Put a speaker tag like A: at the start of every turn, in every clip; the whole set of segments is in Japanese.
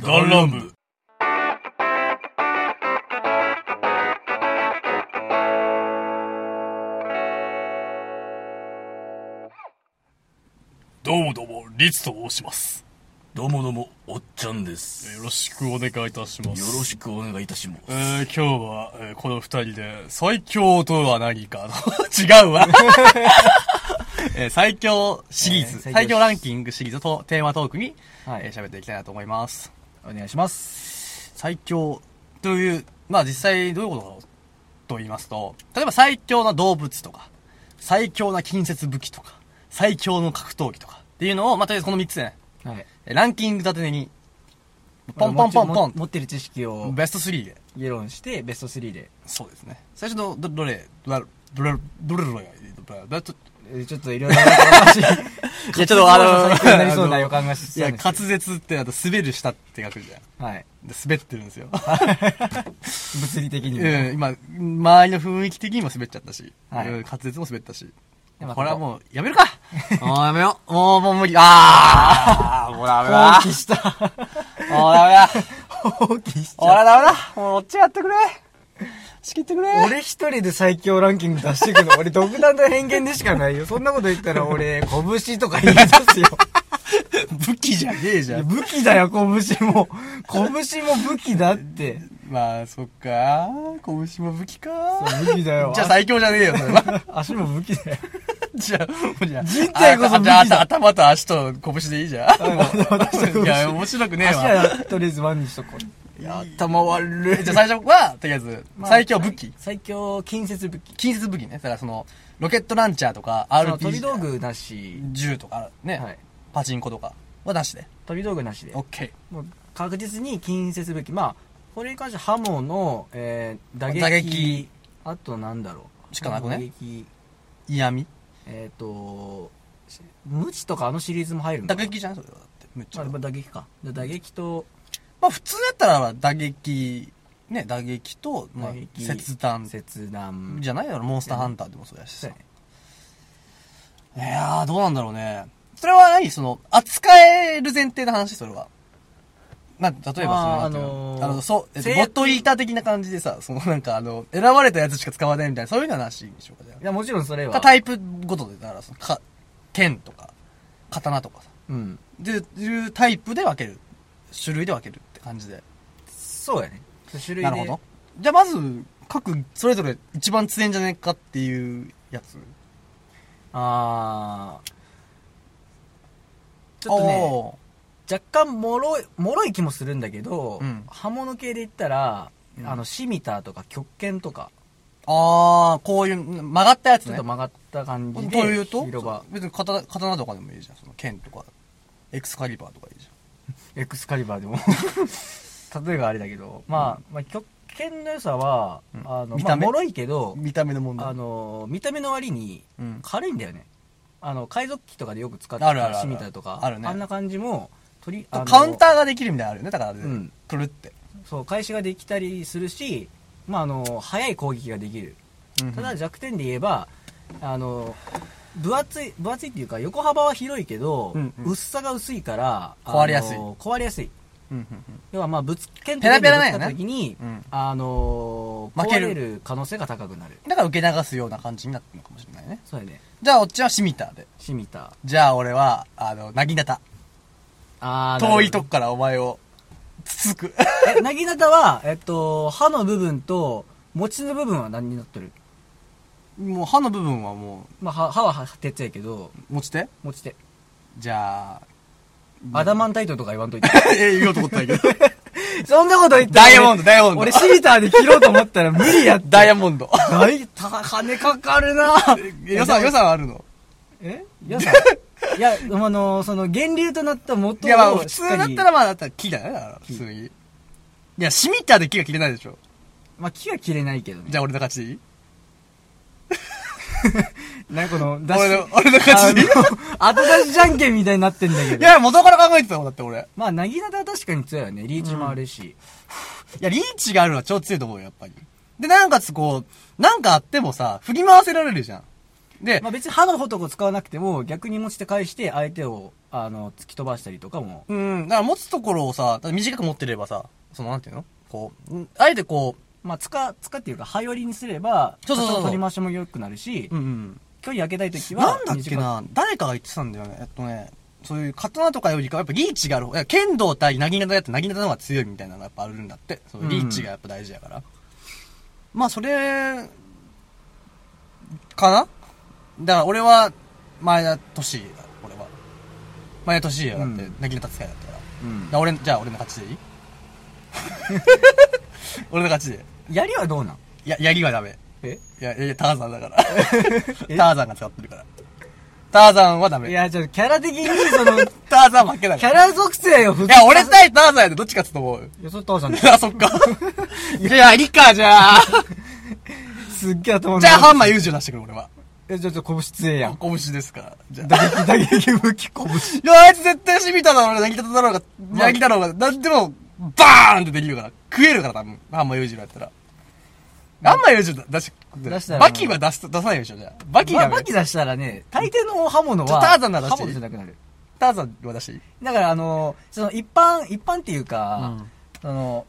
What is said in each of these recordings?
A: 団らん部どうもどうもリツと申します
B: どうもどうも、おっちゃんです。
A: よろしくお願いいたします
B: よろしくお願いいたします。
A: えー、今日は、えーこの二人で最強とは何かの 違うわえー最強シリーズ、
C: えー最強シリーズ
A: 最強ランキングシリーズとテーマトークに喋、
C: はい
A: えー喋っていきたいなと思います
C: お願いします。
A: 最強という、まあ実際どういうことかと言いますと、例えば最強な動物とか、最強な近接武器とか、最強の格闘技とかっていうのを、まあとりあえずこの3つでね、
C: はい。
A: ランキング立てに、ポンポンポンポ
C: 持ってる知識を
A: ン、ベスト3で。
C: 議論して、ベスト3で。
A: そうですね。最初のど、どれ、どれ、どれ、どれ、どれ、どれ、
C: えーちょっといろいろ 話い
A: いやちょっとあの
C: になりそうな予感がし
A: い
C: た
A: や、
C: んです
A: 滑
C: け
A: 舌ってあと滑るしたって書くじゃん。
C: ど。はい。
A: で滑ってるんですよ。
C: 物理的にも。
A: うん、今、周りの雰囲気的にも滑っちゃったし、
C: はい
A: うん滑舌も滑ったし。
C: やまあ
A: これはもう、やめ るかもうやめよ う。もう、もう無理。あーもうダメ
C: 放棄した。
A: だ。もうダメ だ。
C: 放棄しち
A: 俺
C: ゃ
A: は
C: う。
A: ダメだ。もう、っちやってくれ。仕切ってくれ。
C: 俺一人で最強ランキング出してくの。俺独断と偏見でしかないよ。そんなこと言ったら俺、拳とか言い出すよ。
A: 武器じゃねえじ
C: いや。武器だよ、拳も。拳も武器だって。
A: まあ、そっか。拳も武器か。
C: 武器だよ。
A: じゃあ最強じゃねえよ、それは。
C: 足も武器だよ。
A: じゃあ、もうじゃあ。
C: 人体こそ
A: あ
C: 武器だ
A: じゃあ、じゃあ頭と足と拳でいいじゃん。
C: 頭と拳
A: いや、面白くねえ
C: 足
A: わ。
C: はとりあえずワンにしとこう。
A: いや、頭悪い。じゃあ最初は、とりあえず、最強武器。
C: 最強近接武器。
A: 近接武器ね。だからその、ロケットランチャーとか、
C: あの
A: RPG。
C: 飛び道具なし。
A: 銃とかね、
C: はい。
A: パチンコとかはなしで
C: 飛び道具なしで。
A: OK
C: もう確実に近接武器。まあ、これに関しては刃物、えー、打撃。
A: 打撃
C: あとなんだろう。
A: しかなくね
C: 打撃。
A: 嫌味
C: えっ、と、し無知とかあのシリーズも入るの
A: 打
C: かな
A: 撃じゃんそれはだってむっちゃ
C: あまあ打撃か。で打撃と、
A: まあ普通だったら打撃ね打撃と、まあ
C: 打、撃
A: 切断
C: 切断。
A: じゃないだろモンスターハンターでもそうやし
C: そ
A: さ
C: う
A: い
C: やね
A: やーどうなんだろうねそれは何その扱える前提の話それはなん例えばそのな
C: あー
A: んていうの
C: あのー
A: あのそう、えっと、
C: 制
A: ボッ
C: 約
A: トイーター的な感じでさそのなんかあの選ばれたやつしか使わないみたいなそういうのはなしでしょうかじゃあ
C: いや、もちろんそれは
A: か。タイプごとで、だからその、か、剣とか、刀とかさ。
C: うん。
A: で、いうタイプで分ける。種類で分けるって感じで。
C: そうやね。種類で。
A: なるほど。じゃあまず、各、それぞれ一番強いんじゃねえかっていうやつ。
C: あー。
A: ち
C: ちょっとね、若干脆い、脆い気もするんだけど、
A: うん
C: 刃物系で言ったら、
A: うん
C: あの、シミターとか極拳とか、
A: あー、こういう、曲がったやつ
C: ちょっ
A: ね
C: と。曲がった感じで、
A: というと
C: 広場、
A: 別に刀刀とかでもいいじゃん。その剣とか、エクスカリバーとかいいじ
C: エクスカリバーでも、 例えがあれだけど、まあ、まあ、極拳の良さは、
A: うん
C: あの、
A: 見
C: ま
A: た
C: あ、
A: 目
C: 脆いけど
A: ゃん。、見た目の問題。
C: あの、見た目の割に
A: うん。
C: 軽いんだよね。あの、海賊機とかでよく使って
A: あるあるある
C: たシミターとか、
A: あるね
C: んな感じも、取り、あの
A: カウンターができるみたいなのあるよね。だから、
C: ん
A: くるって。
C: そう、返しができたりするし、まあ、あの、早い攻撃ができる。ただ弱点で言えば、あの分厚い分厚いっていうか横幅は広いけど、
A: うんうん
C: 薄さが薄いからあの
A: 壊れやすい
C: 壊れやすい
A: うんうんうん
C: 要はまあぶつけん
A: ペラペラなんやね
C: 時に、
A: うん
C: あの
A: 負
C: 壊
A: ける
C: れる可能性が高くなる
A: だから受け流すような感じになってるのかもしれないね。
C: そうやね
A: じゃあ、おっちゃんはシミターで。
C: シミタ
A: じゃあ、俺は、あの、なぎなた。
C: あー
A: 遠いと
C: な
A: こからお前を、つつく。
C: るほどえなぎなたは、えっと、歯の部分と餅の部分は何になってる、
A: もう歯の部分はも
C: まあ、歯歯は鉄やけど
A: う、持ち手
C: 餅って
A: じゃあ、
C: アダマンタイトとか言わんといて
A: え、言おうと思ったんやけど。
C: そんなこと言って
A: ダイヤモンド、ダイヤモンド。
C: 俺シミターで切ろうと思ったら無理やって
A: ダイヤモンド。
C: 大、 た、金かかるな
A: 予算、予算あるの
C: え予算 いや、あの、その、源流となった元
A: いや、
C: を
A: まあ、普通だったら
C: まあ、
A: まあ、だったら木だよね、だから、普通に。いや、シミターで木が切れないでしょ。
C: まあ、木は切れないけどね。
A: じゃあ、俺の勝ちでいい
C: なんかこの、出
A: 俺
C: し
A: の、俺の勝ちでいい
C: あの、後出しじゃんけんみたいになってんだ け
A: い
C: ど。
A: や、元から考えてたもん、だって俺。い
C: まあ、なぎなたは確かに強いよね。リーチもあるし。
A: や、リーチがあるのは超強いと思うよ、やっぱり。で、なんかつこう、なんかあってもさ、振り回せられるじゃん。で、
C: まあ、別に歯のほとこ使わなくても、逆に持ち手返して、相手をあの突き飛ばしたりとかも
A: うん、だから持つところをさ、短く持ってればさ、そのなんていうのこう、うんあえてこ
C: まあつかつかっていうか羽織りにすれば
A: そうそうそうそう
C: 多少取り回しも良くなるし、
A: う、うんうん。
C: 距離開けたい時は
A: なんだっけな、誰かが言ってたんだよね。えっとね、そういう刀とかよりかはやっぱリーチがある方。いや剣道対なぎなたやってなぎなたの方が強いみたいなのがやっぱあるんだって。そのリーチがやっぱ大事やから。まあそれ、かなだから俺は、前田俊也だ、俺は。前田俊也だって
C: うん、
A: なぎなた使いだったから。だか
C: 短く
A: ら俺、じゃあ俺の勝ち でいい俺の勝ちで。
C: うん、槍はどうなん
A: いや、槍はダメ。
C: え
A: いや、いや、ターザンだから。ターザンが使ってるから。ターザンはダメ。
C: いや、ちょっとキャラ的に、そ の、
A: ターザン負けだ
C: キ
A: か
C: ャ
A: ら。
C: ラ属性を復
A: いや、俺対ターザンやでどっち勝つと思う
C: いや、それ父さんだ よ。
A: あ、そっか。いや、リカじゃあ。
C: すっげえ頭 の。
A: じゃあ、ハンマー裕次郎出してくる、俺は。
C: え、ちょっと拳強えやん。
A: 拳ですから。じゃあ。
C: 打撃、打撃武器拳。
A: いや、あいつ絶対シビタだろうが、なぎただろうが、なぎだろうが、なんでも、バーンってできるから。食えるから、多分。ハンマー裕次郎やったら。ハンマー裕次郎出してくる
C: 出したら
A: バキは出す、出さないでしょ、じゃあ。バキ
C: ま
A: が
C: あ、バキ出したらね、大抵の刃物
A: ちょ
C: は、
A: ターザンなら
C: 刃
A: してい
C: 物
A: い
C: じゃなくなる。
A: ターザンは出していい
C: だから、あの、その、一般、一般っていうか、その、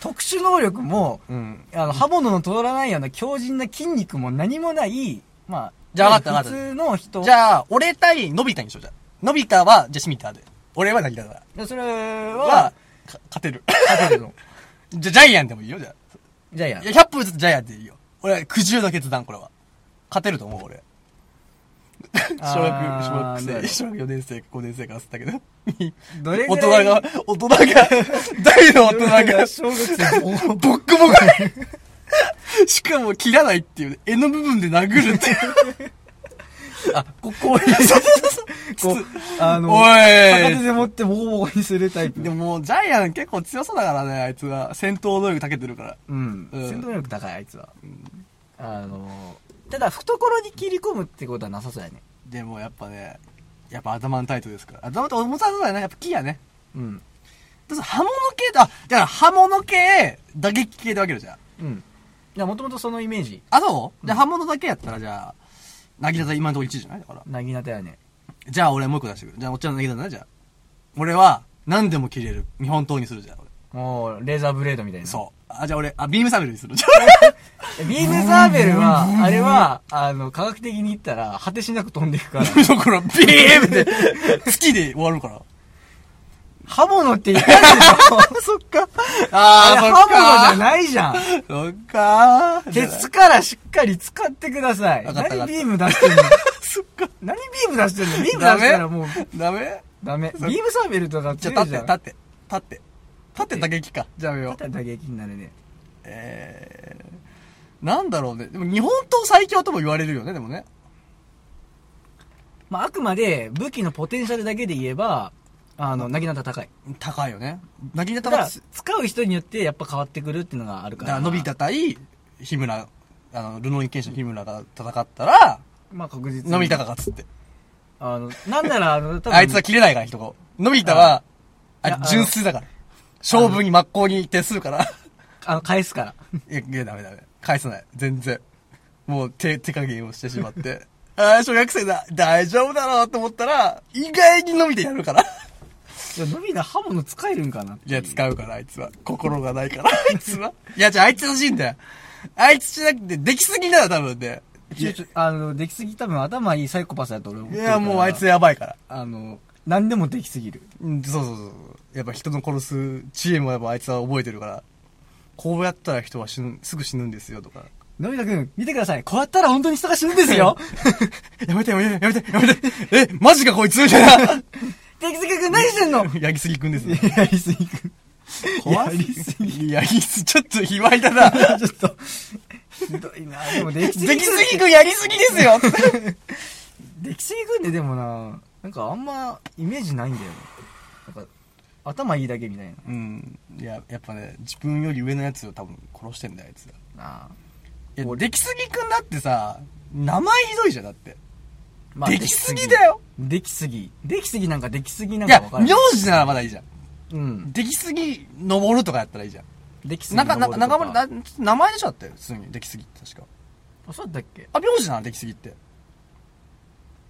C: 特殊能力も、
A: うん。
C: あの、刃物の通らないような強靭な筋肉も何もない、まあ、
A: じゃあわかったわか
C: 普
A: った
C: 通の人。
A: じゃあ、俺対のび太にしよう、じゃあ。のび太は、じゃあシミターで。俺はなぎだから。
C: それは
A: は、、か勝てる。
C: 勝てるの。
A: じゃ、ジャイアンでもいいよ、じゃあ。
C: じゃあや
A: い。や、100分ずつジャイアンでいいよ。俺は苦渋の決断、これは。勝てると思う、俺。
C: あー
A: 小学、小学
C: なるほ
A: 生、
C: ど
A: 小学4年生か5年生から吸ったけど。
C: どれ
A: 大
C: ぐ
A: 人
C: らい
A: が、大人が、 大の大人が、
C: 小学生の
A: ボッコボコにしかも切らないっていう、ね、柄の部分で殴るっていう。 あ、こ、こういう、 そうそうそう
C: こう、あの、
A: おい
C: 片手で持ってボコボコにするタイ プ。
A: でももう、ジャイアン結構強そうだからね、あいつは。戦闘能力長けてるから。
C: うん。
A: うん
C: 戦闘能力高い、あいつは。あの、ただ、懐に切り込むってことはなさそうやね。
A: でもやっぱね、やっぱ頭のタイトですから。頭と重さそうだよね、やっぱ木やね。
C: うん。
A: だから刃物系だ、あ、だから刃物系、打撃系で分けるじゃん。
C: うん。いや、もともとそのイメージ、
A: あ、そうじゃあ刃物だけやったらじゃあ、なぎだた今のところ1位じゃないだから。
C: なぎなたやね。
A: じゃあ俺もう一個出してくる。じゃあおっちゃんのなぎだたね、じゃあ。俺は、何でも切れる。日本刀にするじゃん、俺。
C: もう、レーザーブレードみたいな。
A: そう。あ、じゃあ俺、あ、ビームサーベルにする。じゃ
C: う。ビームサーベルは、あれは、あの、科学的に言ったら、果てしなく飛んでいくから。
A: あ、だから、ビームで、月で終わるから。
C: 刃物って言ったんだよ
A: そっか。
C: あ
A: あ
C: れ
A: ー、そっ
C: 刃
A: か。
C: 物じゃないじゃん。
A: そっかー。
C: 鉄からしっかり使ってください。
A: わかったわかった
C: 何ビーム出してんの
A: そっか。
C: 何ビーム出してんのビーム出したらもう、
A: ダメ
C: ダメ。ビームサーベルとか
A: じ
C: 強
A: ゃ
C: い
A: あ
C: じ
A: 立
C: ゃ
A: って、立っ
C: ん。
A: て、立って。立って打撃か。じゃあやめよう。
C: た打撃になるね。
A: えー、なんだろうね。でも日本刀最強とも言われるよね、でもね。
C: まあ、あくまで武器のポテンシャルだけで言えば、あの、なぎなた高い。
A: 高いよね。なぎな
C: た
A: た
C: だ、
A: が、
C: 使う人によってやっぱ変わってくるっていうのがあるか
A: だ
C: ら。
A: から、のび太対、日村、あの、ルノーイン剣士の日村が戦ったら、
C: まあ、確実に。
A: のび太が勝つって。
C: あの、なんなら、あの、多分
A: あいつは切れないから、人が。のび太は、
C: あ
A: あ
C: いや
A: 純粋だから。勝負に真っ向に徹するから。
C: あの、返すから。
A: いや、いや、ダメダメ。返さない。全然。もう手、手加減をしてしまって。 ああ、小学生だ。大丈夫だろうと思ったら、意外に伸びてやるから。
C: いや、のび太刃物使えるんかなって
A: いや、使うから、あいつは。心がないから、 あいつは。いや、じゃあ、あいつ欲しいんだよ。あいつじゃなくて、できすぎだよ、多分ね。
C: ちょちょあの、できすぎ多分頭いいサイコパスだと俺思っ
A: い
C: てる
A: や、もうあいつ
C: や。
A: やばいから。
C: あの、何でもできすぎる。
A: うん、そうそうそう。やっぱ人の殺す知恵もやっぱあいつは覚えてるから。こうやったら人は死ぬ、すぐ死ぬんですよ、とか。
C: のび太くん、見てください。こうやったら本当に人が死ぬんです よ。
A: やめて、やめて、やめて、やめて。え、マジかこいつみたいな。
C: できすぎくん何 してんの
A: やぎすぎくんですよ。
C: やりすぎくん。
A: 怖
C: やりすぎ
A: いや、いいっすちょっと卑猥だな。
C: ちょっと、ひどいな。でも、できすぎ
A: できすぎくんやりすぎですよ。
C: できすぎくんででもな、なんかあんまイメージないんだよね。なんか、頭いいだけみたいな。
A: うん。いや、やっぱね、自分より上のやつを多分殺してんだよ、あいつが。
C: ああ
A: いや、できすぎくんだってさ、名前ひどいじゃん、だって。
C: ま
A: できすぎだよ。
C: できすぎ。できすぎなんかできすぎないん
A: や
C: かわ、かる。
A: 名字ならまだいいじゃん。
C: うん。
A: できすぎ登るとかやったらいいじゃん。
C: できすぎ
A: な
C: の
A: んか、
C: ボール
A: な
C: と
A: ん
C: か。
A: か、中村、な名前でしょだって、普通に。できすぎって確か。
C: あ、そうだったっけ
A: あ、名字ならできすぎって。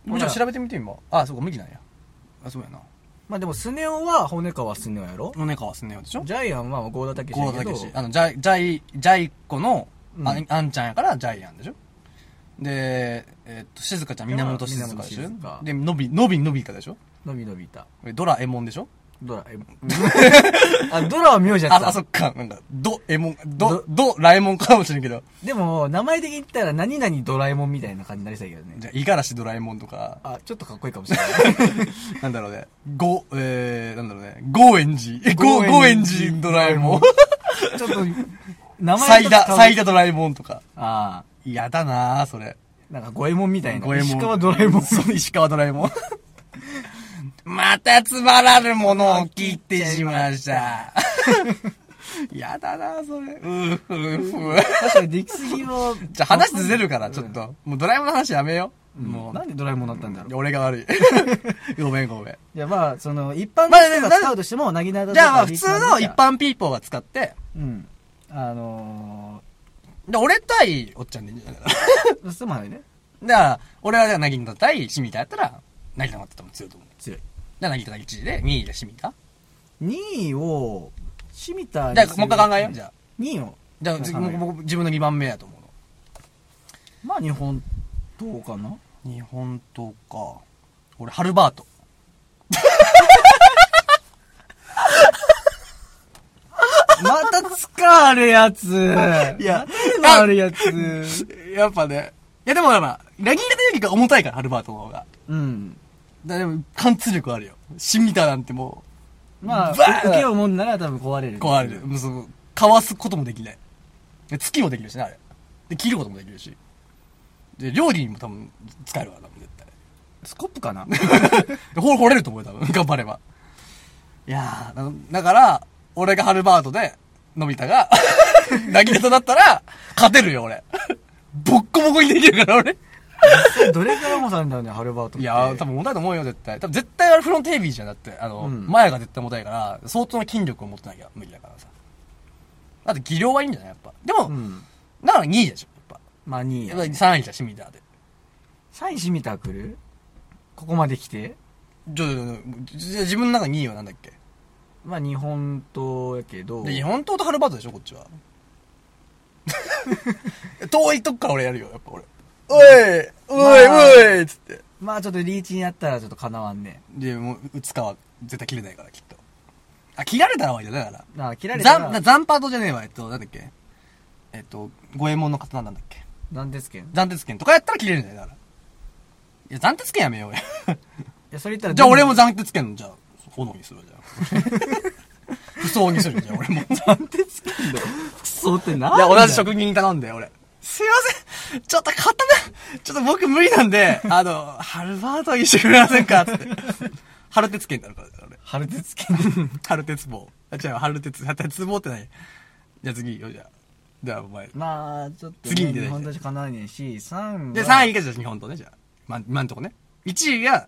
A: もうちょっと調べてみて、今。あ、そうか、麦なんや。あ、そうやな。
C: まあでもスネ夫は骨川スネ夫やろ
A: 米川すねよでしょ
C: ジャイアンは郷田武
A: ゴー
C: 史や
A: だ
C: け
A: け
C: ど
A: し。あの、ジャイ、ジャイ、ジャイ子の、あ
C: うん
A: あんちゃんやからジャイアンでしょで、えっと、静香ちゃん、源静香でし
C: 源静香
A: ょで、のび、のびのびかでしょ
C: のびのびいた
A: ドラえもんでしょ
C: ドラえもん あドラは名字や
A: あ
C: っ、
A: あ、
C: た
A: そっか、なんか、ド、えもん、ド、ド、ラえもんかもしれんけど。
C: でも名前的に言ったら何々ドラえもんみたいな感じになりそうやけどね
A: じゃあ、五十嵐ドラえもんとか、
C: あちょっとかっこいいかもしれない
A: なんだろうね、ご、えー、なんだろうね、ゴーエンジ、えゴー、ゴーエンジドラえもん。
C: ちょっと名
A: サイダ、サイ
C: ダ
A: ダドラえもんとか。
C: あ
A: 嫌だなぁ、それ。
C: あなんか五右衛門みたいな
A: 五右衛門
C: 石川ドラえも ん
A: そう、石川ドラえもん。 またつまらぬものを切ってしました。 やだな、そ れ。うーふーふー。
C: 確かにできすぎは
A: じゃあ話ずれるから、ちょっと。もうドラえもんの話やめよう。も
C: なんでドラえもんだったんだろ
A: う、俺が悪い。 ごめんごめん。
C: うじゃあまあその一般の人が使うとしてもなぎな だ
A: じゃあまあ普通の一般ピーポーが使って、
C: うんあの
A: で俺対おっちゃんでいいんじゃないかな。
C: ーすまないね
A: だから、俺はだからなぎんだ対シミタやったら、なぎなだったら多分強いと思う。
C: 強い
A: だからなぎなが1位で、2位がシミタ。
C: 2位をシミタ
A: じゃあもう一回考えよう、じゃあ。
C: 2位を
A: じゃあ、
C: 考え
A: 僕
C: よう
A: 僕自分の2番目やと思うの。
C: まあ日本どうかな
A: 日本刀か。俺、ハルバート。
C: また使あるやつ。い
A: や
C: あるやつ。
A: やっぱね。いや、でもやっぱ、ラギーレタよりか重たいから、ハルバートの方が。
C: うん。
A: だでも、貫通力あるよ。シミタなんても
C: まあ、
A: バーン
C: 受けをもんなら多分壊れる。
A: う、壊れる。。もうその、かわすこともできない。で、突きもできるしね、あれ。で、切ることもできるし。で、料理にも多分、使えるわ、多分絶対。
C: スコップかな
A: で、ほ、掘れると思うよ、多分。頑 張れば。いやー、だだから、俺がハルバートで、のび太が、 ラギレタだったら、勝てるよ、俺。ボッコボコにできるから、俺。
C: どれくらい重さなんだよね、ハルバートって。
A: いやー、多分重たいと思うよ、絶対。多分絶対あれフロントヘビーじゃなくて、あの、
C: うん
A: 前が絶対重たいから、相当な筋力を持ってなきゃ無理だからさ。あと、技量はいいんじゃないやっぱ。でも、
C: うん。
A: だから2位でしょ、やっ
C: まあ2位
A: ぱ。
C: や
A: やっぱ。3位じゃ、シミダーで。
C: 3位シミター来るここまで来て。
A: ちょ、ちょちょじゃあ自分の中2位はなんだっけ
C: まあ日本刀やけど。
A: で、日本刀とハルバートでしょ、こっちは。 遠いとこから俺やるよ、やっぱ俺。おいおい、
C: ま
A: おいつって。
C: まあちょっとリーチになったらちょっとかなわんね。
A: で、もう、打つかは絶対切れないから、きっと。あ、切られたら終わりだよ、だから。
C: なあ、切られた
A: ザン、
C: ら。
A: ザンパートじゃねえわ、えっと、なんだっけえっと、五右衛門の刀なんだっけ
C: なんですけん。い
A: 斬鉄剣とかやったら切れるんだよ、だから。いや、斬鉄剣やめ ようよ。
C: や、それ言ったら。
A: じゃあ俺も。斬鉄剣の、じゃあ、炎にするわ、じゃあ。 不装にするよじゃあ俺も。
C: なんでつけんのクソってない
A: や、同じ職人に頼んで、俺。すいません。ちょっと刀、ちょっと僕無理なんで、あの、ハルバートにしてくれませんかつって。ハル鉄剣になるから、俺。
C: 春手つけんの。
A: ハル鉄棒。あ、違う、ハル鉄、鉄棒って何じゃあ次、よ、じゃあ。じゃあ、お前。
C: まあ、ちょっと、
A: 次に出て
C: 日
A: きて
C: 本刀しかないねんし、3位。
A: で、3位がじゃあ日本刀ね、じゃあ。ま、今んとこね。1位が、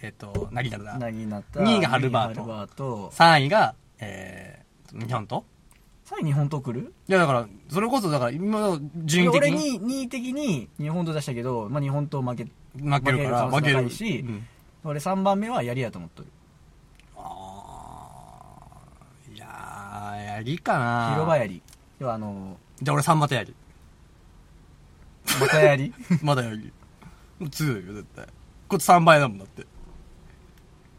A: えっ、と、なぎだだ。
C: 何になった
A: 二位がハルバート
C: 二位がハルバート。
A: 3位が、えー、日本刀
C: 3位日本刀来る
A: いや、だから、それこそ、だから、今の順位的
C: 俺
A: に
C: に、2位的に日本刀出したけど、まあ日本刀負け、
A: 負けるから、
C: 負
A: 負
C: け
A: け
C: る可能性高
A: る
C: いし
A: うん
C: 俺3番目は槍やと思っとる。
A: いやー、やりかな
C: 広場槍。要はあの、
A: じゃあ俺三股やり。
C: また 槍
A: まだやり。もう強いよ、絶対。こっち3倍だもんだって。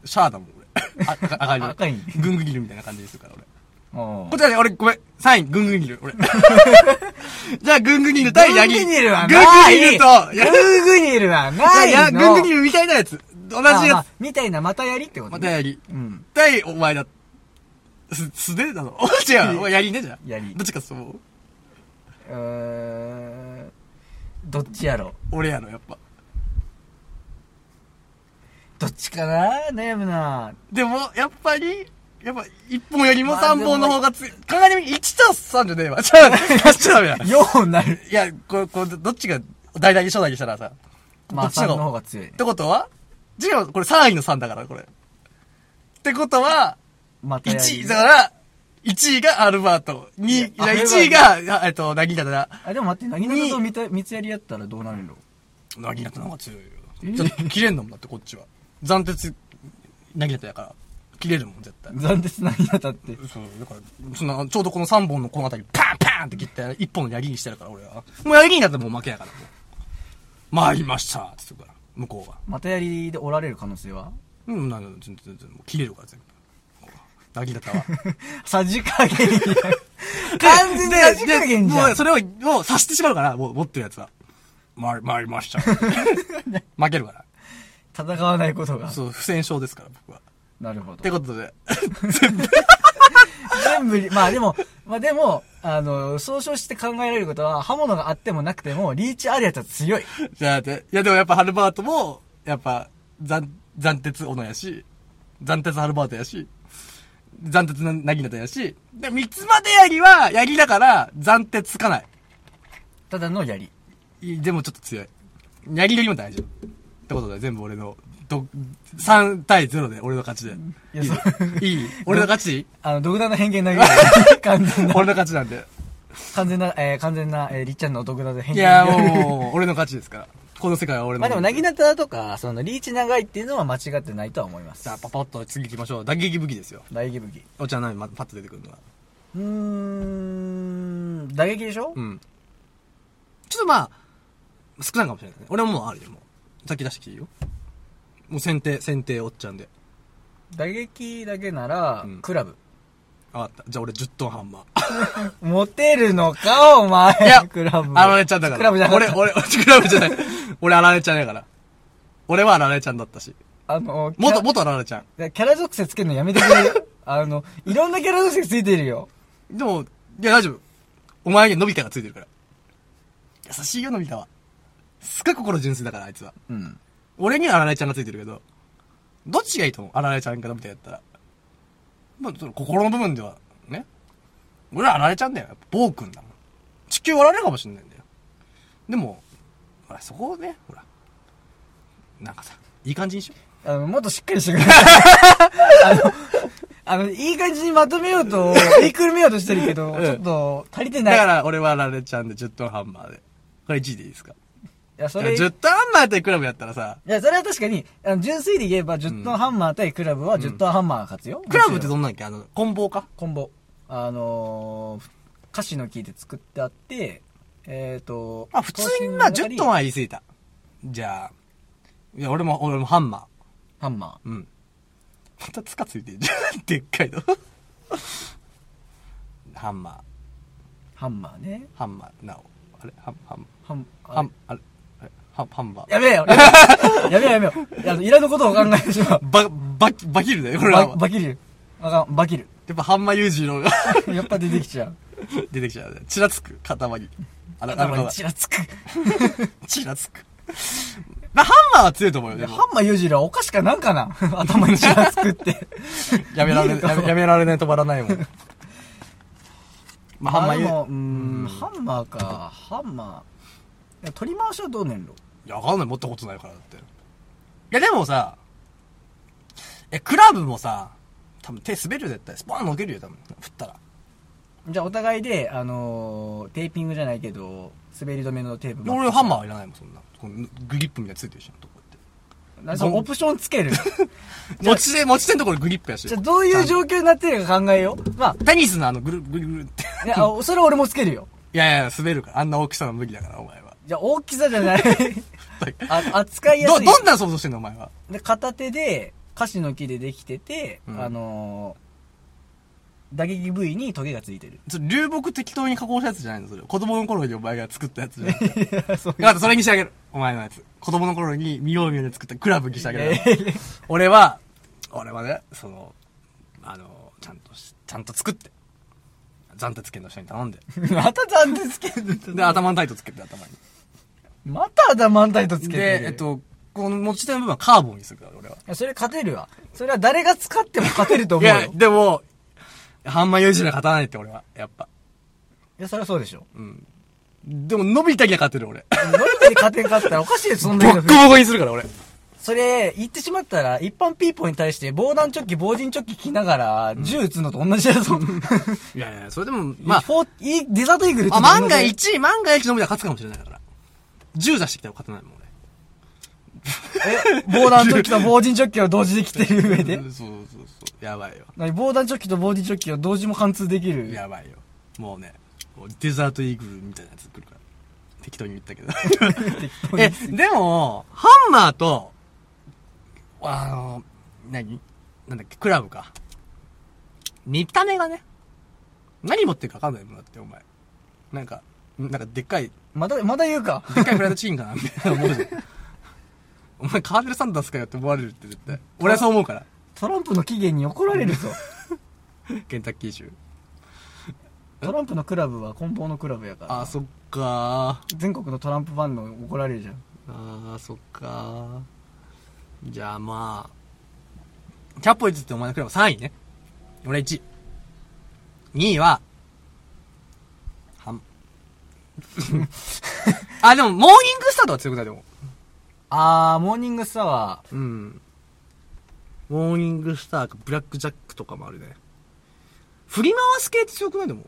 A: シャアだもん、俺。あ、赤赤いの。
C: 赤いん
A: ぐんぐぎるみたいな感じにするから、俺。
C: う
A: こ
C: ん
A: っちはね、俺、ごめん。3位、ぐんぐぎる、 俺。じゃあ、ぐんぐぎる対ヤギ。
C: グングニルは
A: ぐん
C: な
A: ぐ
C: い
A: ぎると、
C: グ
A: や
C: ーグニルはない
A: や、
C: の
A: ぐんぐぎるみたいなやつ。同じ
C: まあま
A: や
C: あみたいなまた槍ってこ
A: つ。
C: と
A: また
C: ね。
A: やり。
C: うん。
A: 対、お前だ。す、素手だの。 違う、お前やりね、じゃあ。
C: やり
A: どっちかそう。
C: うーんどっちやろう
A: 俺やろ、やっぱ。
C: どっちかな悩むな
A: でも、やっぱり、やっぱ、一本よりも
C: まあ
A: 三本の方がつ、考えてみ、1たす3じゃねえ わ。ちゃう、やっちゃダメだ。 い
C: 4になる。
A: や、これ、これ、どっちが、大々に初代にしたらさ。
C: まあ
A: どっちの
C: 3
A: 方
C: の方が強いね
A: っ。てことは違う、これ3位の3だから、これ。ってことは、
C: また
A: 1
C: 槍
A: 位、だから、1位がアルバート、2位、い
C: いやアルバート
A: 1位が、あえっと、なぎなただ。
C: あ、でも待って、なぎなたとみた三つやりやったらどうなるの
A: なぎなたの方が強いよ。ちょっと切れんのもんだって、こっちは。斬鉄、なぎなたやから、切れるもん、絶対。
C: 残鉄なぎなたって。
A: そう、だから、そんな、ちょうどこの3本のこの辺り、パンパンって切って、1本の槍にしてるから、俺は。もう槍になったらもう負けやから、もう。参りましたって言うから、向こうが。
C: またやりでおられる可能性は
A: うん、なんだ、全然、全然もう切れるから、全部。なぎなたは。
C: さじ加減や。完全にさじ加減じゃ
A: も
C: ん
A: う、。それを、もう察してしまうから、もう持ってるやつは。参り、参りました。 負けるから。
C: 戦わないことが。
A: そう、不戦勝ですから、僕は。
C: なるほど
A: って。ことで、
C: 全部に、まあでも、まあでも、あの、総称して考えられることは、刃物があってもなくても、リーチあるやつは強い。
A: じゃあで、いやでもやっぱハルバートも、やっぱ、残、残鉄斧やし、残鉄ハルバートやし、残鉄な、なぎなたやし、で、三つまで槍は、槍だから、残鉄つかない
C: ただの槍。
A: い。でもちょっと強い。槍よりも大丈夫。ってことで、全部俺の、ど、3対0で俺の勝ちで。
C: いや、そう、
A: いい俺の勝ち でいい
C: あの、独断の偏見だけ ど、完全な、
A: 俺の勝ちなんで。
C: 完全な、えー完全な、えーりっちゃんの独断の
A: い
C: 偏見。
A: や、もう、俺の勝ちですから。この世界は俺の。
C: まあでも、なぎなたとか、その、リーチ長いっていうのは間違ってないとは思います
A: さあ、。パパッと次行きましょう。打撃武器ですよ。
C: 打撃武器。
A: お茶なまパッと出てくるのは。
C: うーん、打撃でしょ
A: うん。ちょっとまあ、少ないかもしれないね。俺ももうあるよ、もう。先出してきていいよ。もう先手、先手おっちゃんで。
C: 打撃だけなら
A: うん、
C: クラブ。
A: あわかった。じゃあ俺10トンハンマー。
C: モテるのか、お前。
A: いや
C: クラブ。
A: あられちゃんだから。
C: クラブじゃな
A: 俺
C: かっ、た
A: 俺、 クラブじゃない。俺あられちゃんやから。俺はあられちゃんだったし。
C: あの、キャ
A: 元、元あられちゃん。
C: いやキャラ属性つけるのやめてくれるあの、いろんなキャラ属性ついてるよ。
A: でも、いや大丈夫。お前にのび太がついてるから。優しいよ、のび太は。すっごい心純粋だから、あいつは。
C: うん。
A: 俺にはあられちゃんがついてるけど、どっちがいいと思うあられちゃんかのび太やったら。まあ、その心の部分では、ね。俺はあられちゃんだよ。やっぱ暴君だもん。地球割られるかもしんないんだよ。でも、ほら、そこをね、ほら。なんかさ、いい感じにしよ
C: あの、もっとしっかりしてくださ い。あの、あの、いい感じにまとめよ うと、言いくるめようとしてるけど、
A: うん
C: ちょっと、足りて
A: う。
C: な
A: だ
C: い。
A: か
C: い
A: ら、俺はあられちゃんで10トンハンマーで。これ1位でいいですか
C: や、そ
A: い
C: れ、い
A: や10トンハンマーってクラブやったらさ、
C: や、それは確かに、あの純粋で言えば、10トンハンマー対クラブは10トンハンマーが勝つよ。
A: クラブって
C: もちろ
A: どんなんやっけあの、棍棒か
C: んコンボ。あのー、歌詞の聞いて作ってあって、えっ、ー、と、
A: あ、普通に
C: 等身
A: まあ
C: の中に
A: 10トンは言い過ぎた。じゃあ、いや、俺も、俺もハンマー。
C: ハンマ
A: うん。またつかついてんじゃん。でっかいの。ハンマー、
C: ー。ハンマーね。
A: ハンマー、なお。あれハン、ハン、
C: ハン、
A: ハン、あれ、あれハン、ハンバー。
C: やべえよ。 やべえやべえよ。いや、いらぬことを考えてしま う。
A: バ、バキ、バキルだよ、これは。
C: バ
A: や
C: バキリュウ。あかん、バキ リ
A: っぱハンマーユージのが
C: ュウ。やっぱ出てきちゃう。
A: 出てきちゃうね。ちらつく、塊。あら、あ
C: 頭
A: ら
C: に、ちらつく。
A: ちらつく。まあ、ハンマーは強いと思うよ、でも
C: ハ。ンマーユージはお菓子かなんかな 頭にちらつくって。
A: やめられ、
C: 見えるか
A: やめやめられない止まらない もん。 まあ、ハンマー
C: あ
A: ユ
C: で
A: ー
C: もうーん、ハンマーか。ハンマーいや。取り回しはどうねんろ
A: いや、わかんない。持ったことないから、だって。いや、でもさ、え、クラブもさ、多分手滑るよ、絶対。スパーンのけるよ、多分。振ったら。
C: じゃあお互いで、あのー、テーピングじゃないけど、滑り止めのテー
A: い
C: プ。
A: や俺、ハンマーはいらないもん、そんな。このグリップみたいなのついてるし、とこ
C: ー。なんかそのオプションつ ける。
A: って。持ち手、持ち手のところグリップやし。
C: じゃあどういう状況になってるか考えよう。ま
A: テニスのあの、ぐる、ぐるぐるって。
C: あ、いや、あそれ俺もつけるよ。
A: いやいや、滑るから。あんな大きさの無理だから、お前は。
C: じゃあ大きさじ ゃない。あ扱いや
A: ど、
C: すい。
A: どんな想像してんの、お前は。
C: で片手でカシの木でできてて、
A: うん
C: あのー打撃部位にトゲがついてる
A: ちょ流木適当に加工したやつじゃないの、それ。子供の頃にお前が作ったやつじゃ ない。
C: そう
A: よか った、それにしてあげる。お前のやつ。子供の頃に、見よう見ようで作ったクラブにしてあげる。
C: えー
A: 俺は、俺はね、その、あの、ちゃんとし、ちゃんと作って、暫定つけの人に頼んで、
C: また残念つける
A: で、頭のタイトつけて、頭に。
C: またダマンタイトつけてる
A: で、えっと、この持ち手の部分はカーボンにするから、俺は。
C: いやそれ勝てるわそれは誰が使っても勝てると
A: い
C: 思うよ
A: や、でも、ハンマーユージには勝たないって、俺は。やっぱ。
C: いやそれはそうでしょ
A: うん。でも、伸びたきは勝てる、俺。
C: ノリで勝てんかったらおかしいよそん
A: ボ
C: な
A: ッコボコにするから、俺。
C: それ言ってしまったら一般ピーポーに対して防弾チョッキ防塵チョッキ着ながら銃撃つのと同じだぞ、
A: いやいや、それでも、
C: ま
A: ま
C: あ、
A: あ、
C: フォーいいデザートイーグル撃つ
A: まあ、
C: のと同
A: 万
C: じ
A: が一、万が一伸びたら勝つかもしれないから。10出してきたら勝たないもん、俺。
C: 防弾チョッキと防塵チョッキを同時に着てる上で
A: そうそうそう。やばいよ。
C: 何防弾チョッキと防塵チョッキを同時も貫通できる
A: やばいよ。もうね、もうデザートイーグルみたいなやつ来るから。適当に言ったけど。 え、 でも、ハンマーと、あの、何なんだっけ、クラブか。見た目がね、何持ってるか分かんないもんだって、お前。なんか、なんかでっかい、
C: まだまだ言うか
A: でっかいフライドチキンかなみたいな思う じゃん。お前カーネル・サンダースかよって思われるって絶対。俺はそう思う から。
C: トランプの起源に怒られるぞ
A: ケンタッキー州。
C: トランプのクラブは梱包のクラブやから
A: あ、そっか
C: 全国のトランプファンの怒られるじゃん
A: ー。あー、そっかー。じゃあまあ、キャッポイズってお前のクラブ3位ね。俺1位。2位は、はん。 あ、でも、モーニングスターとは強くないでも。
C: あーモーニングスターは
A: うん。モーニングスターか、ブラックジャックとかもあるね。振り回す系って強くないでも。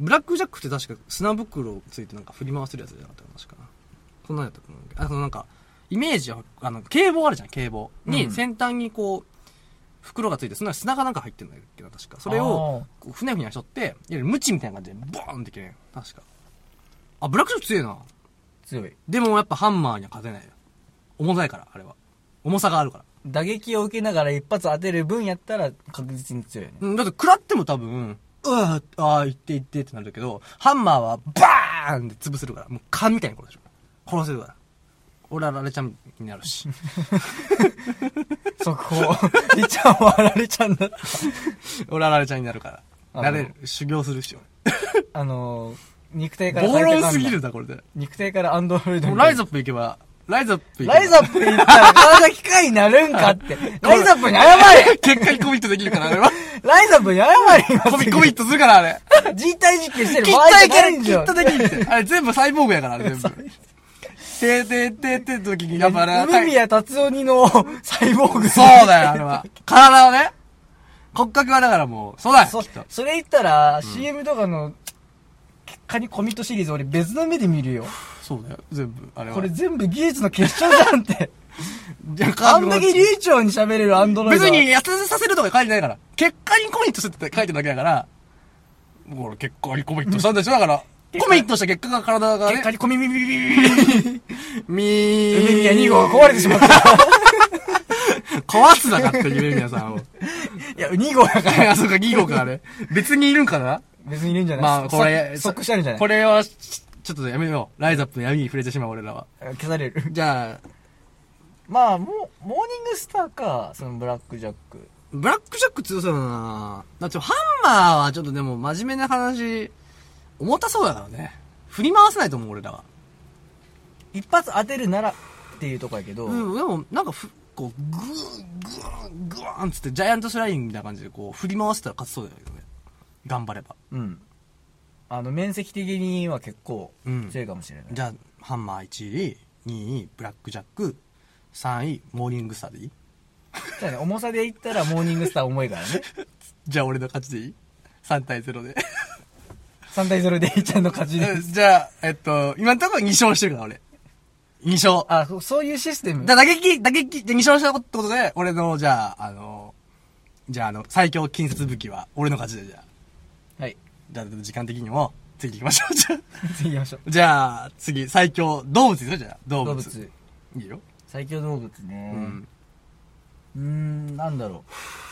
A: ブラックジャックって確か砂袋ついてなんか振り回せるやつじゃなかったかな、確かな。そんなんやったと思うんだけど。あ、そのなんか、イメージは、あの、警棒あるじゃん、警棒。
C: う
A: に、
C: ん
A: 先端にこう、袋がついて、その中に砂がなんか入ってるんだっけど、確か。それを、こうふにゃふにゃしとって、いわゆるムチみたいな感じで、ボーンって切れん。確か。あ、ブラックジャック強いな。
C: 強い
A: でもやっぱハンマーには勝てないよ。重たいから、あれは。重さがあるから。
C: 打撃を受けながら一発当てる分やったら確実に強いよね
A: うんだって食らっても多分、うわああ、いっていってってなるけど、ハンマーはバーンって潰せるから、もう蚊みたいに殺せる。殺せるから。俺はラレちゃんになる し。
C: 速 報りちゃんはあられちゃんだ
A: 俺はラレちゃんになるから。
C: あ
A: なれる。修行するし、
C: あのー肉体から
A: 俺。暴論
C: 最
A: す
C: 高なんだ
A: ぎるな、これで。
C: 肉体からアンドロイド
A: もう
C: に
A: ライズアップ行けば、ライズアップ行けば。
C: ライズアップ行ったら体機械になるんかって。ライズアップに謝れ
A: 結果にコミットできるから、あ れは。
C: ライズアップに謝れ今
A: コミ、
C: すぐ
A: コミットするから、あれ。
C: 人体実験してる
A: きっ
C: 場合
A: とい
C: じゃな
A: け
C: いん
A: る
C: じ
A: き
C: ゃ
A: っ
C: ん
A: と。できるって。あれ全部サイボーグやから、あ れ全部。てーてーてーてーって時に、やっぱあれは
C: 梅宮達夫にのサイボーグ。
A: そうだよ、あれは。体をね。骨格はだからもう、そうだよ、
C: そ
A: きっと。
C: それ言ったら、CM とかの結果にコミットシリーズ俺別の目で見るよ。
A: そうだよ、全部。あれは。
C: これ全部技術の結晶じゃんって。
A: じゃ
C: あんだけ流暢に喋れるアンドロイド。
A: 別に。痩せさせるとか書いてないから。結果にコミットするって書いてるだけだから。もう俺結果にコミットしたんでしょだから。コミットした結果が体が
C: 結
A: ね
C: 果。にコミミミミミミ
A: み
C: ミ
A: ー。
C: 宮2号が壊れてしまった。
A: 壊すなかって言えみやさんを。
C: いや、2号だから。
A: あ、そうか、2号か、あれ。別にいるんかな
C: 別にいるんじゃない
A: まあ、これ。
C: 即即刻してあるんじゃない
A: これは、ちちょっとやめよう。ライズアップの闇に触れてしまう俺らは。
C: 消される。
A: じゃあ、
C: まあ、もう、モーニングスターか、そのブラックジャック。
A: ブラックジャック強そうだなだってハンマーはちょっとでも真面目な話、重たそうだからね。振り回せないと思う、俺らは。
C: 一発当てるならっていうとこやけど、
A: うん、でも、なんかふ、こう、グーン、グーン、グーンつって、ジャイアントスライディングみたいな感じで、こう、振り回せたら勝ちそうだけどね。頑張れば。
C: うんあの、面積的には結構
A: うん
C: 強いかもしれない。
A: じゃあ、ハンマー1位、2位、ブラックジャック、3位、モーニングスターでいい
C: ただね、重さで言ったらモーニングスター重いからね。
A: じゃあ、俺の勝ちでいい ?3 対0で。
C: 3対0で A ちゃんの勝ちで
A: え
C: す。
A: じゃあ、えっと、今のところ2勝してるから、俺。2勝。
C: あ、そそういうシステム。
A: だ打撃、打撃、じゃあ2勝したってことで、俺の、じゃあ、あの、じゃあ、あの、最強近接武器は、俺の勝ちで、じゃあ。
C: はい。
A: じゃあ、時間的にも、次行きましょう、じゃ
C: 次行きましょう
A: あ。。じゃあ、次、最強、動物ですよ、じゃあ。動物。
C: 動物。
A: いいよ。
C: 最強動物
A: う
C: ね。
A: ん。
C: うーん、なんだろ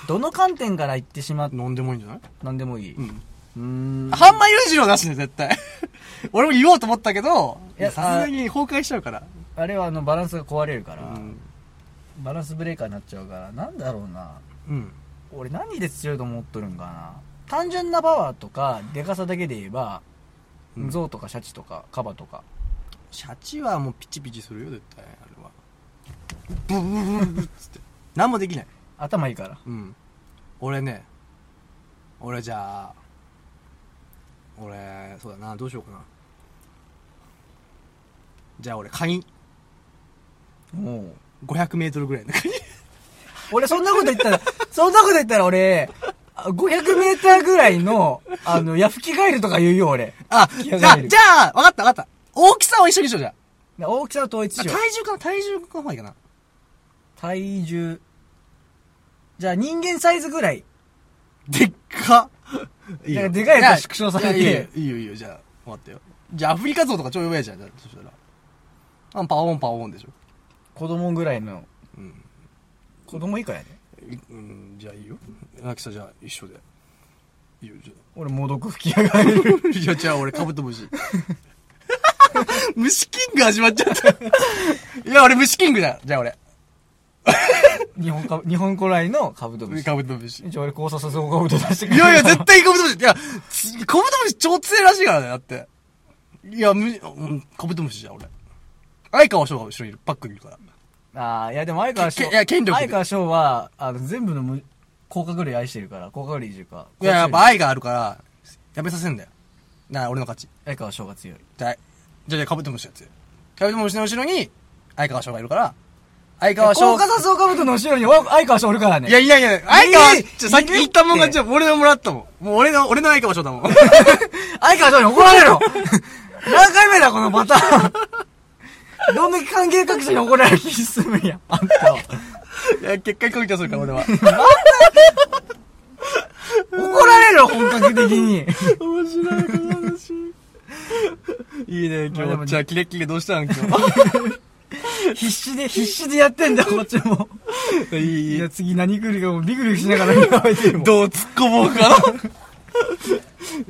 C: う。どの観点から言ってしまう、
A: 飲んでもいいんじゃない
C: なんでもいい。
A: う。
C: うんーん。
A: ハンマユージロなしね、絶対。俺も言おうと思ったけど、
C: いや
A: さすがに崩壊しちゃうから。
C: あれはあの、バランスが壊れるから、
A: うん。
C: バランスブレーカーになっちゃうから、なんだろうな。
A: うん。
C: 俺何で強いと思っとるんかな単純なパワーとかでかさだけで言えば、
A: うん
C: ゾウとかシャチとかカバとか
A: シャチはもうピチピチするよ、絶対、あれは。ブブブブブっつって。何もできない。
C: 頭いいから
A: うん。俺ね、俺じゃあ、俺、そうだな、どうしようかな。じゃあ俺、カニ、
C: もう
A: 500メートルぐらいのカニ。
C: 俺そんなこと言ったら そんなこと言ったら俺 500m ぐらいのあのヤフキガエルとか言うよ俺
A: あ、
C: い
A: じ
C: や
A: ゃあ、
C: いや
A: じゃあ、わかったわかった。大きさを一緒にしよう、じゃあ。
C: 大きさを統一しよ
A: 体重かな体重かな方がいいかな。
C: 体重。じゃあ人間サイズぐらい。
A: でっかい
C: だからでかいやつが縮小されて
A: いやいやいいよいいよ、じゃあ、分かったよ。じゃあ、アフリカゾウとか超弱いじゃん、じゃあそしたら。あパオンパオンでしょ。
C: 子供ぐらいの。
A: うん。
C: 子供以下やね。
A: いうん、じゃあいいよ。なきさ、じゃあ一緒で。いいよ、じゃ
C: 俺、猛毒吹き上がる。
A: あ。 いや、じゃあ俺、カブトムシ。虫キング始まっちゃ った。いや、俺、虫キングだ。じゃあ俺、
C: 日本か、日本古来のカブトムシ。
A: カブトムシ。
C: じゃあ俺、交差させカブト出してく
A: いやいや、絶対カブトムシ。いや、つカブトムシ超強いらしいからね、だって。いや、む、うん、カブトムシじゃん、俺。相川翔が後ろにいる。バックにいるから。
C: ああ、いやでも相川翔。
A: けいや権力で
C: 相川翔は、あの、全部の無、甲殻類愛してるから、甲殻類というか。
A: いや、やっぱ愛があるから、やめさせんだよ。なあ、俺の勝ち。
C: 相川翔が強い。
A: じゃあ、じゃあじゃあカブトムシのやつ。カブトムシの後ろに、相川翔がいるから、相川翔
C: 甲。殻草カブトの後ろにわ相川翔おるからね。
A: いや、いないいない。相川、
C: えー
A: ちょさっき言ったもんが、ちょ、俺のもらったもん。もう俺の、俺の相川翔だも ん。
C: 相川翔に怒られろ 何回目だ、このパターン。どんだけ関係各所に怒られる気進むんや。あんたは。
A: いや、結果に関係するから、俺は。
C: 怒られる本格的に。
A: 面白い、この話。 いいね、
C: まあで
A: 今
C: も
A: 日。じゃあ、キレッキレどうしたん今
C: 必死で、必死でやってんだよ、こっちも。
A: 日。 いい
C: いや、次何来るかもうビクビクしながら見てるもん。
A: どう突っ込もうかな。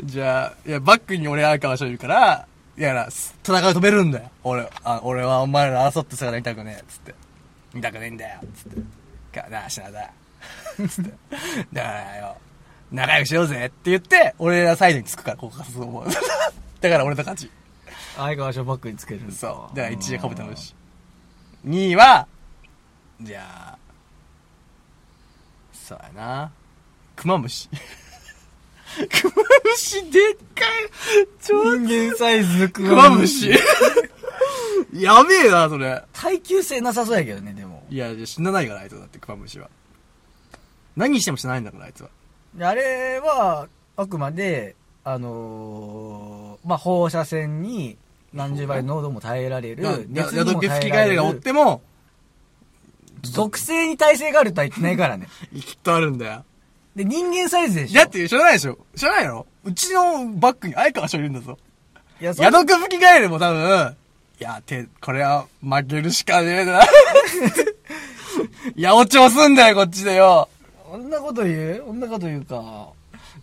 A: じゃあ、いや、バックに俺、相川翔いるから、いやな、戦いを止めるんだよ。俺、あ俺はお前ら争って姿見たくねえ、つって。見たくねえんだよ、つって。かなあ、しなだ。つって。だからよ、仲良くしようぜって言って、俺らサイドにつくから、ここからそう思う。だから俺の勝ち。
C: 相川翔バックにつけるんだ
A: そう。だから1位はカブトムシ。2位は、じゃあ、そうやな。クマムシ。 クマムシでっかい超
C: 人間サイズのク
A: クマムシ。 やべえな、それ。
C: 耐久性なさそうやけどね、でも。
A: いや、じゃあ死なないから、あいつはだってクマムシは。何しても死なないんだから、あいつは。
C: あれは、あくまで、あのーまあ、放射線に何十倍の濃度も耐えられる。
A: や
C: 熱に
A: 宿
C: も
A: 毛
C: 耐
A: 吹き
C: えら
A: ガエル
C: れる
A: が追っても、
C: 属性に耐性があるとは言ってないからね。
A: きっとあるんだよ。
C: で、人間サイズでしょ。
A: だっ、て知らないでしょ知らないのうちのバッグに相川翔いるんだぞ。
C: いや、そ
A: ヤ
C: う
A: ドク吹きガエルも多分、いや、て、これは負けるしかねえな。八百長すんだよ、こっちでよ。
C: そんなこと言うそんなこと言うか。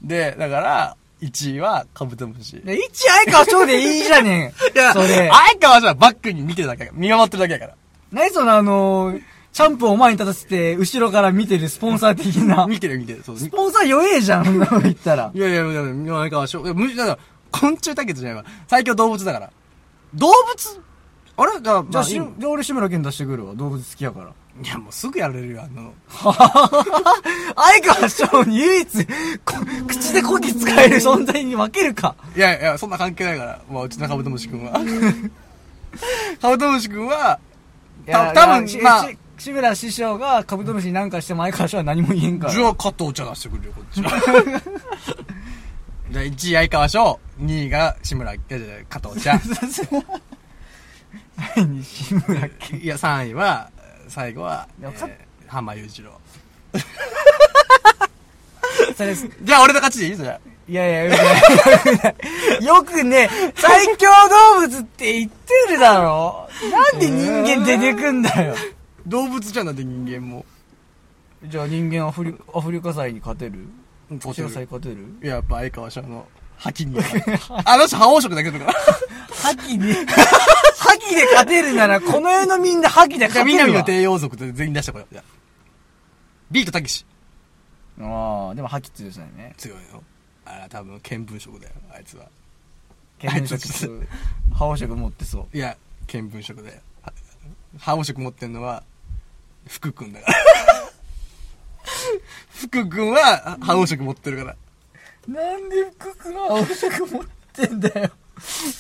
A: で、だから、1位はカブトムシ。い
C: で、一相川翔でいいじ ゃねえ。
A: や、
C: それ。
A: 相川じゃバックに見てるだけだから、見守ってるだけだから。
C: 何そのあのーチャンプを前に立たせて、後ろから見てるスポンサー的な。
A: 見てる見てる、そう。
C: スポンサー弱えじゃん、そんなこと言ったら
A: い。やいやいや、相川翔、いや、無理だから、昆虫対決じゃないわ。最強動物だから。動物あれが、
C: じゃあ、
A: い
C: し
A: い
C: じゃ
A: の
C: あ俺、志村けん出してくるわ。動物好きやから。
A: いや、もうすぐやられるよ、あの。
C: 相川翔に唯一、こ口でこき使える存在に分けるか。
A: いやいや、そんな関係ないから、まあ、うちのカブトムシ君 は。カブトムシ君は、た多分
C: いやいや
A: まあ
C: し志村師匠がカブトムシに何かしても相川翔は何も言えんから。
A: じゃあ加藤茶出してくれよ、こっちは。じゃあ1位相川翔、2位が志村、いやいやいや加藤 茶。
C: 何志村けん。
A: いや、3位は、最後は、え
C: いやか
A: ー、浜雄一郎。
C: それい
A: じゃあ俺の勝ちでいいそれ。
C: やいや、よくない。よくね、最強動物って言ってるだろ。なんで人間出てくんだよ。
A: 動物じゃなくて人間も。
C: じゃあ人間アフリアフリカ祭に勝てる
A: 勝て
C: 白
A: る
C: 祭勝てる
A: いや、やっぱ相川翔の、覇気に。あの人覇王色だけ だから。
C: 覇気に、覇気で勝てるなら、この世のみんな覇気で
A: じゃあ、
C: 勝てるわ。
A: 南の帝王族で全員出してこよう。じゃあビートたけし。
C: ああ、でも覇気強いですよね。
A: 強いのあら多分見聞色だよあいつは
C: 見
A: あいつ
C: 聞
A: ちょっ
C: 色、覇王色持ってそう。
A: いや見聞色だよは覇王色持ってんのは福君だから福君は覇王色持ってるから
C: なんで福君は覇王色持ってんだよ。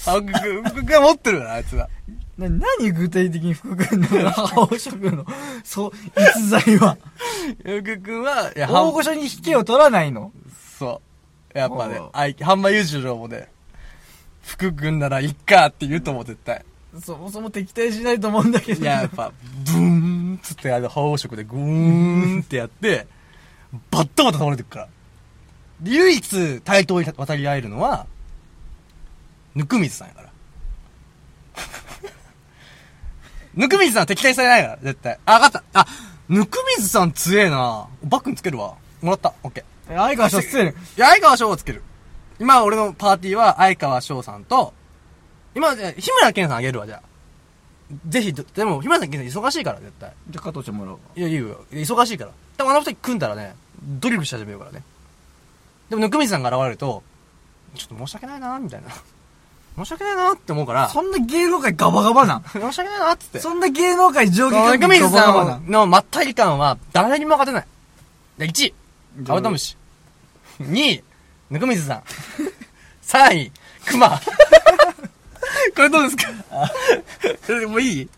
A: 覇王君福君は持ってるからあいつは
C: な、何具体的に福君の覇王色の、そう、逸材は。
A: 福君はいや
C: 大御所に引けを取らないの。
A: そうやっぱね
C: おう
A: あい半馬裕次郎もね福君ならいっかって言うと思う絶対
C: そもそも敵対しないと思うんだけど。
A: いややっぱブーンンつってあれで覇王色でグーンってやって、バッタバタ倒れてくから。で唯一対等に渡り合えるのは、ぬくみずさんやから。 ぬくみずさんは敵対されないから、絶対。あ、わかった。あ、ぬくみずさん強えな。バックにつけるわ。もらった。オッケー。
C: え相川翔失礼。
A: いや、相川翔をつける。今、俺のパーティーは、相川翔さんと、今、じゃあ日村健さんあげるわ、じゃあ。ぜひ、でも、日村健さん忙しいから、絶対。
C: じゃあ加藤ちゃんもらおう。
A: いや、いいよ。忙しいから。でも、あの二人組んだらね、ドリブルし始めるからね。でも、ぬくみずさんが現れると、ちょっと申し訳ないな、みたいな。申し訳ないなって思うから、
C: そんな芸能界ガバガバなん。
A: 申し訳ないなってって。
C: そんな芸能界上下
A: ぬ
C: 関
A: くみ
C: 係
A: ず
C: ガバガバ
A: さ。
C: なん
A: のまったり感は、誰にも勝てない。で、1位。カブトムシ。2位、ぬくみず さん。3位、ク マ。これどうですかもういい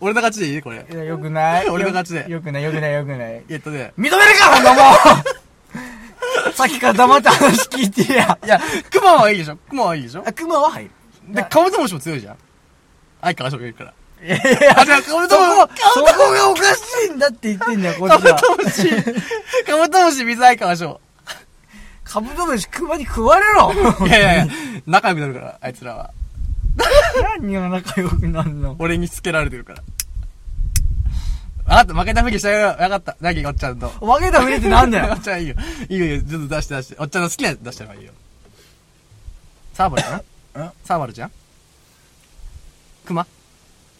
A: 俺の勝ちでいいこれ。
C: いや、よく ない。
A: 俺の勝ちで
C: よくない、よくない、よくない。
A: えっとね、
C: 認めるか、ほんなもん さっきから黙って話聞いてや。
A: いや、クマはいいでしょクマはいいでしょ
C: あ、熊は入る。
A: で、カブトムシも強いじゃん。相川翔がいるから。
C: いやいや
A: あ、じゃあカブ
C: そ
A: ト
C: こ
A: ムシ、、
C: そこがおかしいんだって言ってん だよ、こっ
A: カ
C: ち
A: ブ
C: は。
A: トムシ、カブトムシ、水相川翔。
C: カブトムシ熊に食われろ
A: いやいやいや、仲良くなるから、あいつらは。
C: 何が仲良くなるの
A: 俺につけられてるから。あった、負けたふりしてあげよう。わかった。なぎ、おっちゃんと。
C: 分けたふりってなんだ
A: お
C: よ
A: っ。ちゃんいいよ。いいよいいよ、ちょっと出して出して。おっちゃんの好きなやつ出したらいいよ。サーバルかなんサーバルじゃんクマ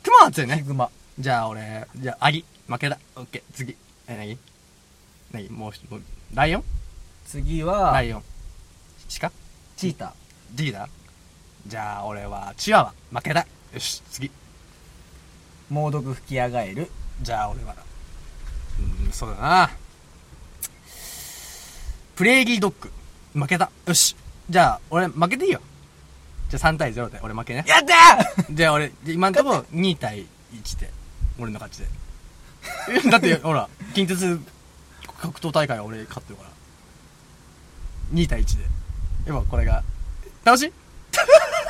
A: クマは強いね。
C: ヒグマ。
A: じゃあ俺、じゃあアリ。負けだ。オッケー、次。え、なぎなぎもう一人、もうライオン
C: 次は、
A: ライオン。鹿
C: チータ
A: リーダーじゃあ俺はチワワ。負けだ。よし、次。
C: ー。猛毒吹き上がえる。
A: じゃあ俺はうーんそうだなプレーギードッグ負けたよしじゃあ俺負けていいよじゃあ3対0で俺負けね
C: やったー
A: じゃあ俺今んとこ2対1で俺の勝ちでえだって ほら近鉄格闘大会は俺勝ってるから2対1で今これが楽しい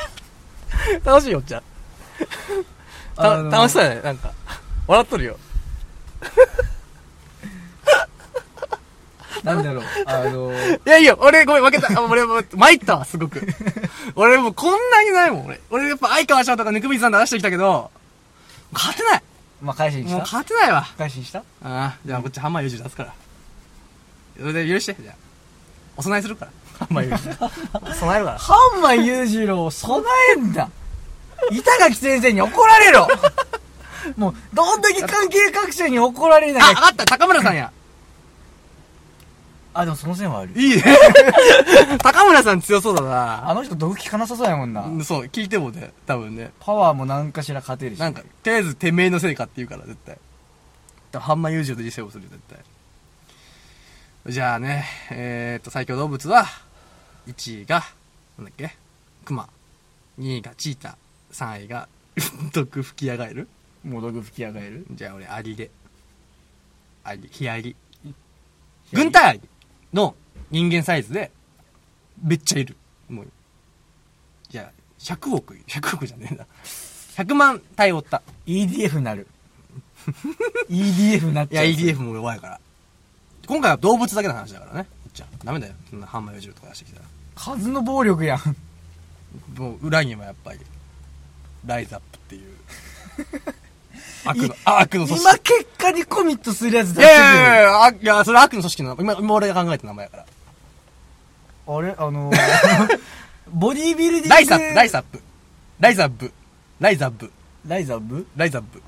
A: 楽しいよおっちゃんた、
C: あのー
A: 楽しそうだねなんか笑っとるよ
C: なんだろう。あのー、
A: いやいや、俺ごめん、負けた。あ俺も、参ったわ、す ごく。俺もうこんなにないもん、俺。俺やっぱ相川翔とかぬくみずさんと出してきたけど、勝てない。
C: まあ、返しに
A: も
C: し
A: う
C: た
A: 勝てないわ。
C: 返しにした
A: ああ、じゃあこっちハンマーユージ出すから。それで許して、じゃあ。お供えするから。ハンマーユー ジ。供えるから。
C: ハンマ裕次郎を備えんだ板垣先生に怒られろもう、どんだけ関係各社に怒られな
A: あ、
C: き
A: わ
C: ゃ。
A: かった、高村さんや。
C: あ、でもその線はある。
A: いいね。 高村さん強そうだな。
C: あの人毒効かなさそうやもんな。
A: うんそう、聞いてもね、多分ね。
C: パワーも何かしら勝てるし。
A: なんか、とりあえずてめえのせいかって言うから、絶対。でもハンマー友情と自制をするよ、絶対。じゃあね、えー、っと、最強動物は、1位が、なんだっけ、クマ。2位がチーター。3位が、毒吹き上がえる。
C: もう毒吹き上がえる
A: じゃあ俺、アリで。アリ、ヒアリ。軍隊アリの人間サイズで、めっちゃいる。もう。じゃあ、100億、100億じゃねえな。100万体おった。
C: EDF になる。EDF になっ
A: い
C: ちゃ
A: や、
C: う。
A: EDF も弱いから。今回は動物だけの話だからね。じゃあ、ダメだよ。そんなハンマー40とか出してきたら。
C: 数の暴力やん。
A: もう、裏にはやっぱり、ライズアップって いう。悪の、あ悪の組
C: 今
A: 織。
C: 結果にコミットするやつ
A: い
C: 出し
A: や
C: て
A: いやい
C: くる。
A: や、あいや、それ悪の組織の名前。今、今俺が考えた名前やから。
C: あれあのー、 ボディービルディング。
A: ライズアップ、ライズアップ。ライズアップ。ライズアップ。
C: ライズアップ
A: ライズアップ。っ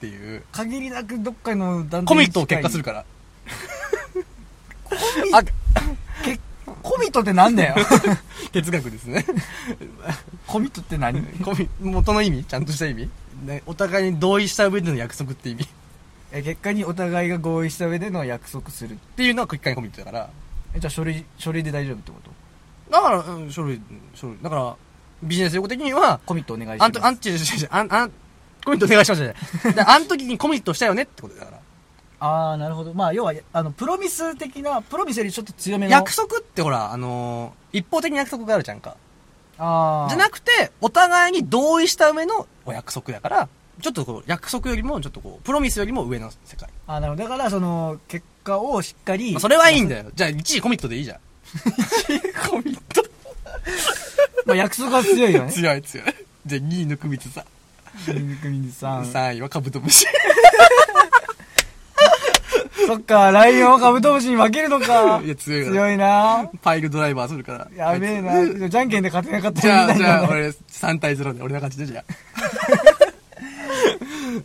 A: ていう。
C: 限りなくどっかの団体
A: コミットを結果するから。
C: ら。けコミットってなん だよ。
A: 哲学ですね。
C: コミットって何
A: コミ、元の意味ちゃんとした意味ね、お互いに同意した上での約束って意味。
C: え結果にお互いが合意した上での約束する。
A: っていうのは一回コミットだから。
C: えじゃあ書類、書類で大丈夫ってこと
A: だから、うん、書類、書類。だから、ビジネス用語的には、
C: コミットお願いし
A: あ
C: ま
A: ん
C: す。
A: と、あんち、違う違う違うあん、あん、コミットお願いしますじゃ ない。であん時にコミットしたよねってことだから。
C: あー、なるほど。まあ、要は、あの、プロミス的な、プロミスよりちょっと強めの。
A: 約束ってほら、あのー一方的な約束があるじゃんか。
C: あー
A: じゃなくて、お互いに同意した上のお約束だから、ちょっとこう、約束よりも、ちょっとこう、プロミスよりも上の世界。
C: あなるほどだからその結果をしっかり、
A: まあ、それはいいんだよ。じゃあ、1位コミットでいいじゃん。1位コミット。
C: まあ、約束は強いよ ね
A: 強い強い。じゃあ、2位の組みつさ。
C: 国光さん
A: 3位はカブトムシ。
C: そっかライオンはカブトムシに負けるのか
A: いや、強いから。
C: 強いな
A: パイルドライバーするから。
C: やべえ
A: あい
C: なじゃんけんで勝てなかっ
A: つ。じ
C: た
A: ゃあ、
C: み
A: じ
C: たい
A: ゃ
C: な
A: あ、俺、3対0で俺の勝ちでじゃ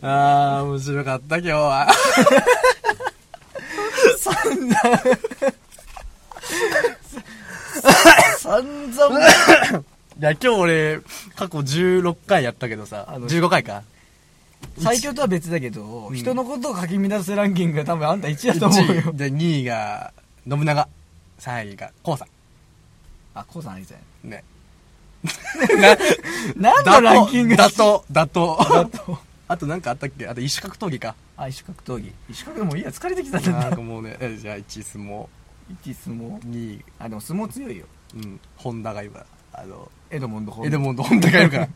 A: あ。あー、面白かった、今日は。
C: 散々
A: いや、今日俺、過去16回やったけどさ、
C: あの
A: 15回か。
C: 最強とは別だけど、
A: ん
C: 人のことをかき乱すランキングが多分あんた1位だ
A: 1
C: と思うよ
A: 位。で、2位が、信長。3位が、コウさ
C: あこうさんありそう
A: ん。
C: やね
A: ね。
C: 何のランキング
A: 打倒、打倒。
C: だと
A: あとなんかあったっけあと、一種格闘技か。
C: あ一種格闘技一種格闘技もういいや疲れてきたん
A: なん
C: だ
A: かもうね、えじゃあ1位相撲、
C: 一相撲
A: 2位、
C: あでも相撲強いよ
A: うん、本田が今、あの、
C: エドモンド ホ
A: え、でも、本田がいるから。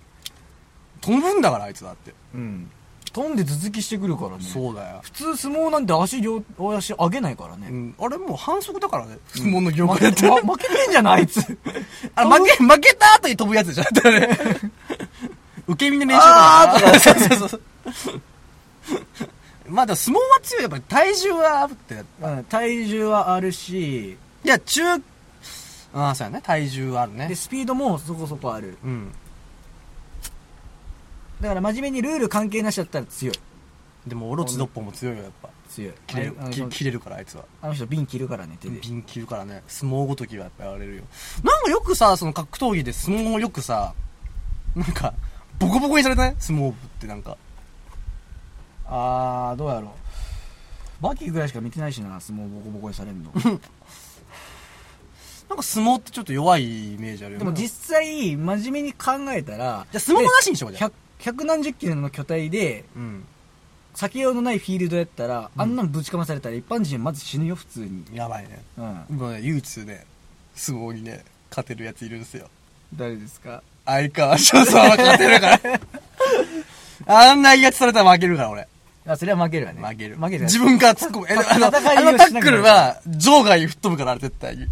A: 飛ぶんだから、あいつだって。
C: うん飛んで頭突きしてくるからね
A: そうだよ。
C: 普通相撲なんて足両足上げないからね、
A: うん、あれもう反則だからね、相撲の業
C: 負
A: 界だ
C: け
A: った
C: て
A: ら
C: ま負けてんじゃないあいつ
A: あれ、負け、負けた後に飛ぶやつじゃん。だからね 受け身の練習
C: あ
A: とか。そうそうそう。 まあ、でも相撲は強い。やっぱり体重はあるって。
C: うん体重はあるし
A: いや、中、ああ、そうやね。体重はある
C: で
A: ね。
C: スピードもそこそこある
A: うん。
C: だから真面目にルール関係なしだったら強い
A: でも、オロチドッポも強いよ、やっぱ。
C: 強い
A: 切れる
C: あの、
A: き切れるから、あいつは。
C: あの人瓶切るからね手で
A: 瓶切るからね、相撲ごときはやっぱやられるよ。なんかよくさ、その格闘技で相撲をよくさ、なんか、ボコボコにされてない相撲部ってなんか。
C: あーどうやろうバキぐらいしか見てないしな相撲ボコボコにさ れんの
A: なんか相撲ってちょっと弱いイメージあるよ
C: で
A: ね。
C: も
A: じ
C: 実際真面目に考えたら
A: ゃあ相撲なしにしようじゃん。
C: 百百何十キロの巨体で
A: うん。
C: 避けようのないフィールドやったら、あんなのぶちかまされたら一般人まず死ぬよ普通に
A: やばいね。
C: うん
A: 今ね、唯一ね、相撲にね、勝てるやついるんですよ。
C: 誰ですか
A: 相川翔さんは勝てる から。あんな威圧されたら負けるから、俺。
C: あそれは負けるわね
A: 負ける。
C: 負ける
A: 自分から突っ込む。え、あの、あの
C: 戦いをしなくなる
A: タックルは、場外に吹っ飛ぶから、あれ絶対に。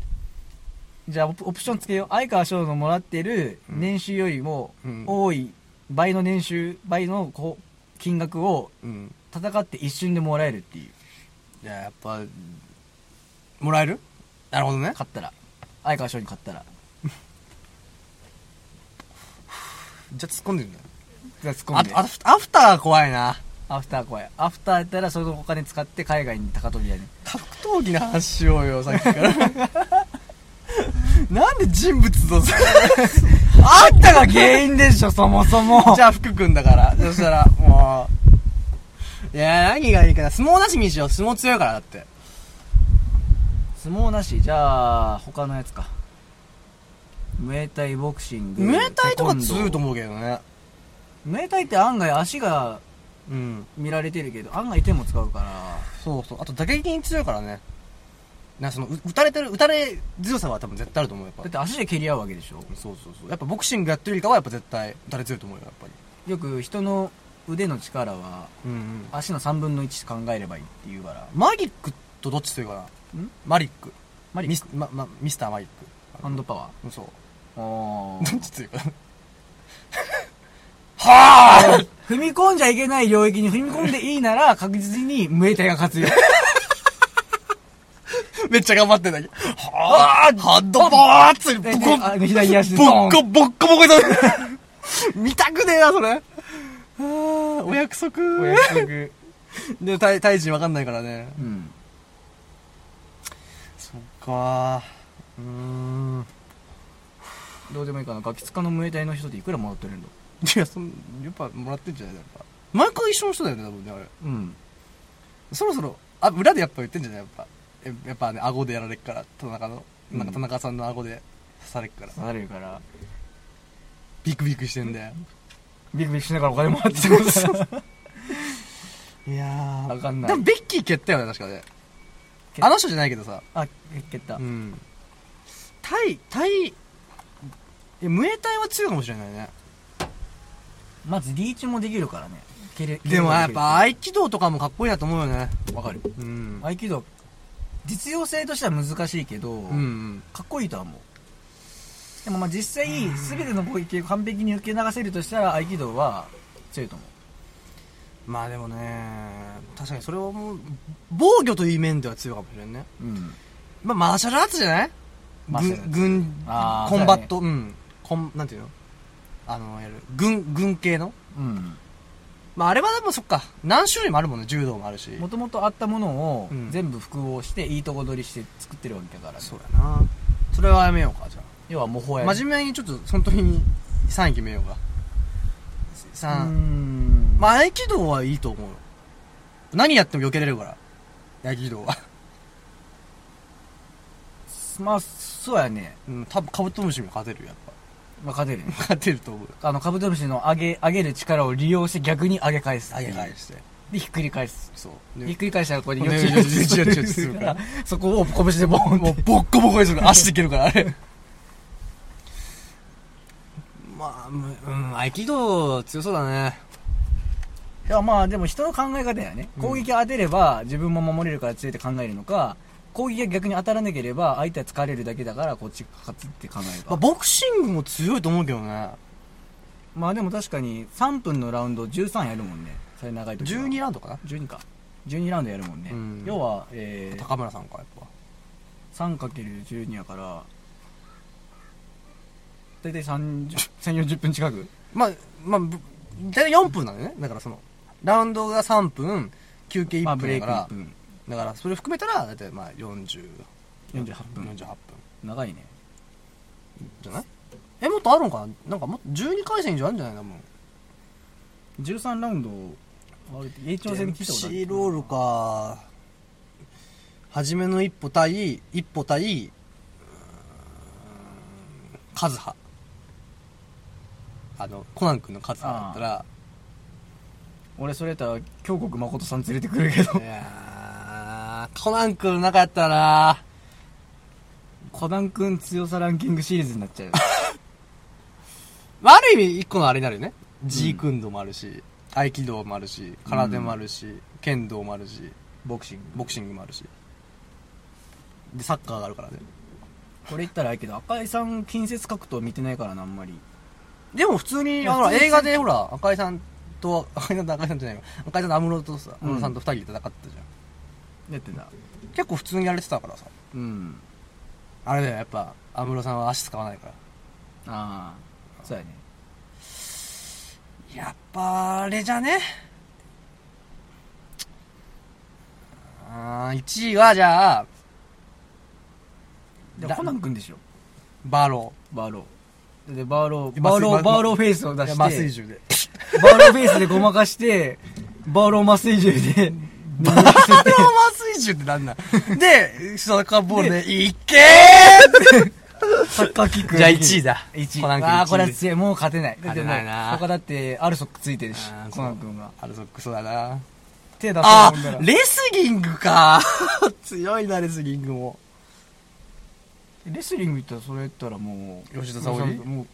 C: じゃあオプオプションつけよう相川翔のもらってる年収よりも
A: うん
C: 多い倍の年収倍のこう金額を
A: うん。
C: 戦って一瞬でもらえるっていう
A: いや、やっぱ、もらえるなるほどね。
C: 勝ったら相川翔に勝ったら
A: じゃあ突っ込んでるんだよ。
C: じゃあ突っ込
A: あ
C: んで
A: と、あとアフター怖いな。
C: アフター怖いアフターやったらそのお金使って海外に高飛びやね
A: 格闘技の話しようよ、さっきから。 なんで人物と さ、
C: あんたが原因でしょそもそ も
A: じゃあ福君だから。そしたら、もう。いや何がいいかな。相撲なしにしよう。相撲強いから、だって。
C: 相撲なしじゃあ他のやつかムエタイボクシング
A: ムエタイとか強いと
C: 思
A: 思うけどね。
C: うムエタイって案外足が
A: うん。
C: 見られてるけど案外手も使うから
A: そうそう。あと打撃に強いからね。な、その、う打たれてる、打たれ強さは多分絶対あると思うよ、やっ
C: だっ
A: ぱ。
C: て足で蹴り合うわけでしょ
A: そうそうそう。やっぱボクシングやってるよりかは、やっぱ絶対打たれ強いと思うよ、やっぱり。
C: よく人の腕の力は
A: うんうん。
C: 足の3分の1考えればいいって言うから
A: マリックとどっちというかな。
C: ん
A: マリック。
C: マリ
A: ミス、ま、ま、ミスターマリック。
C: ハンドパワ
A: うんそう。
C: ーお
A: ど
C: ー
A: っちというかな。はぁ
C: 踏み込んじゃいけない領域に踏み込んでいいなら確実にムエタイが勝つよ
A: めっちゃ頑張ってんだけど。 はぁハンドバーッつ って、ボコ
C: あの左足でドー
A: ボ
C: ン
A: ッコ、ボッコボコになる見たくねえな、それ。はぁお約束。
C: お約束
A: で、タイ、タイ人わかんないからね。
C: うん
A: そっかーうーん。
C: どうでもいいかなガキ使のムエタイの人っていくらもらってるんだ
A: いや、そん、やっぱもらってんじゃないやっぱ。毎回一緒の人だよね、多分ね、あれ。
C: うん
A: そろそろ、あ、裏でやっぱ言ってんじゃないやっぱ。えやっぱね、顎でやられっから、田中の、なんか田中さんの顎で刺されっから。
C: 刺されるから
A: ビクビクしてんだよ。
C: ビクビクしながらお金もらってるから
A: いや ー
C: わかんない
A: でも、ベッキー蹴ったよね、確かね。
C: 蹴っ
A: あの人じゃないけどさ。
C: あ蹴った、
A: うん。タイ、タイ、いや、ムエタイは強いかもしれないね。
C: まずリーチもできるからね蹴れ蹴れ
A: でもやっぱ
C: る
A: 合気道とかもかっこいいなと思うよね。
C: わかる
A: うん。
C: 合気道実用性としては難しいけど、
A: うんうん。
C: かっこいいとは思うでもまあ実際全ての攻撃を完璧に受け流せるとしたら合気道は強いと思う
A: まあでもね、確かにそれをもう、防御という面では強いかもしれんね。
C: うん
A: まあマーシャルアーツじゃない
C: マーシャルアー
A: 軍、
C: ツ
A: 軍、
C: あー
A: コンバット、うん。コン、なんていうのあの、やる。軍、軍系の
C: うん
A: まああれはでもそっか。何種類もあるもんね。柔道もあるし。
C: もともとあったものを
A: うん
C: 全部複合していいとこ取りして作ってるわけだからね、
A: そうやな。それはやめようか、じゃ
C: 要は模倣や
A: あ。真面目にちょっと、その時に3位決めようか。3。
C: ん
A: まあ、合気道はいいと思うよ。何やっても避けれるから。 合気道は。
C: まあそうやね
A: うん、多分カブトムシも勝てるよ、やっ
C: まあ 勝てるね
A: ぱ。勝てると思うよ。
C: あのカブトムシの上げ上げる力を利用して逆に上げ返す
A: 上げ返して。
C: でひっくり返す
A: そう。
C: ひっ
A: で、
C: くり返したらこれで
A: これで
C: よちよちよちよちするから
A: よち
C: そこを拳でボーン
A: もうボッコボコにするから、足でいけるから、あれ。まあ、むうん、合気道強そうだね。
C: いやまあでも人の考え方やね
A: うん
C: 攻撃を当てれば自分も守れるから強いって考えるのか攻撃が逆に当たらなければ相手は疲れるだけだからこっちが勝つって考える
A: まあ、
C: か
A: ボクシングも強いと思うけどね。
C: まあでも確かに3分のラウンド13やるもんねそれ長い時は
A: 12ラウンドかな
C: 12か12ラウンドやるもんね、
A: うん
C: 要は、え
A: 高村さんか、やっぱ。
C: ー、3×12 やから大体30 1040分近く
A: まあ、まあ、ぶ大体4分なんだよね。だからその、ラウンドが3分、休憩
C: ま
A: 1
C: あブ
A: 分
C: レイ
A: だ
C: ク
A: から
C: 1、分
A: だからそれ含めたら大体まあ40
C: 48分
A: 48分
C: 長いね
A: じゃないえもっとあるのかななんかもっと12回戦以上あるんじゃないのもう
C: 13ラウンドあれ延長戦で聞いたことある
A: デンプシーロールか初めの一歩対一歩対うーんカズハあのコナン君のカズハだったら
C: 俺それやったら京極誠さん連れてくるけ ど
A: いやーコナン君の中やったら
C: コナン君強さランキングシリーズになっちゃう
A: まあ、ある意味一個のあれになるよね。G 君道もあるし、合気道もあるし、空手もあるし、剣道もあるし、
C: ボクシング
A: ボクシングもあるし。で、サッカーがあるからね。
C: これ言ったらあれやけど赤井さん近接格闘見てないからなあんまり
A: でも普通に、あほら、映画でほら、赤井さんと、赤井さんと赤井さんじゃないわ赤井さんと安室とさ、
C: うん
A: 安室さんと二人で戦ってたじゃ
C: やってた
A: ん。結構普通にやれてたからさ。
C: うん
A: あれだよ、やっぱ、安室さんは足使わないから。
C: ああそうやね
A: やっぱ、あれじゃねあー、1位はじゃあ、
C: で
A: だ
C: コナン君でしょ
A: バーロー。
C: バーローでバーロー
A: 麻
C: バー
A: 酔
C: ロー
A: ま
C: バーローフェイスを出
A: い
C: し
A: や
C: て
A: 麻酔 銃で。
C: バーローフェイスでごまかしてバーロー麻酔銃で
A: バーロー麻酔銃ってなん なんで、サッカーボールで、いっけー
C: サッカーキック
A: じゃあ1位だ
C: 1
A: コナン君
C: ああ
A: 1位
C: これは強いもう勝てない
A: 勝てないな
C: だってもう他だってアルソックついてるし
A: あー
C: コナン君が
A: あれそっくそだな。
C: 手出そう
A: あ
C: と思ったら、
A: レスリングか。 強いな、レスリングも。
C: レスリング行ったらそれ言ったらもう
A: 吉田沙保里
C: もう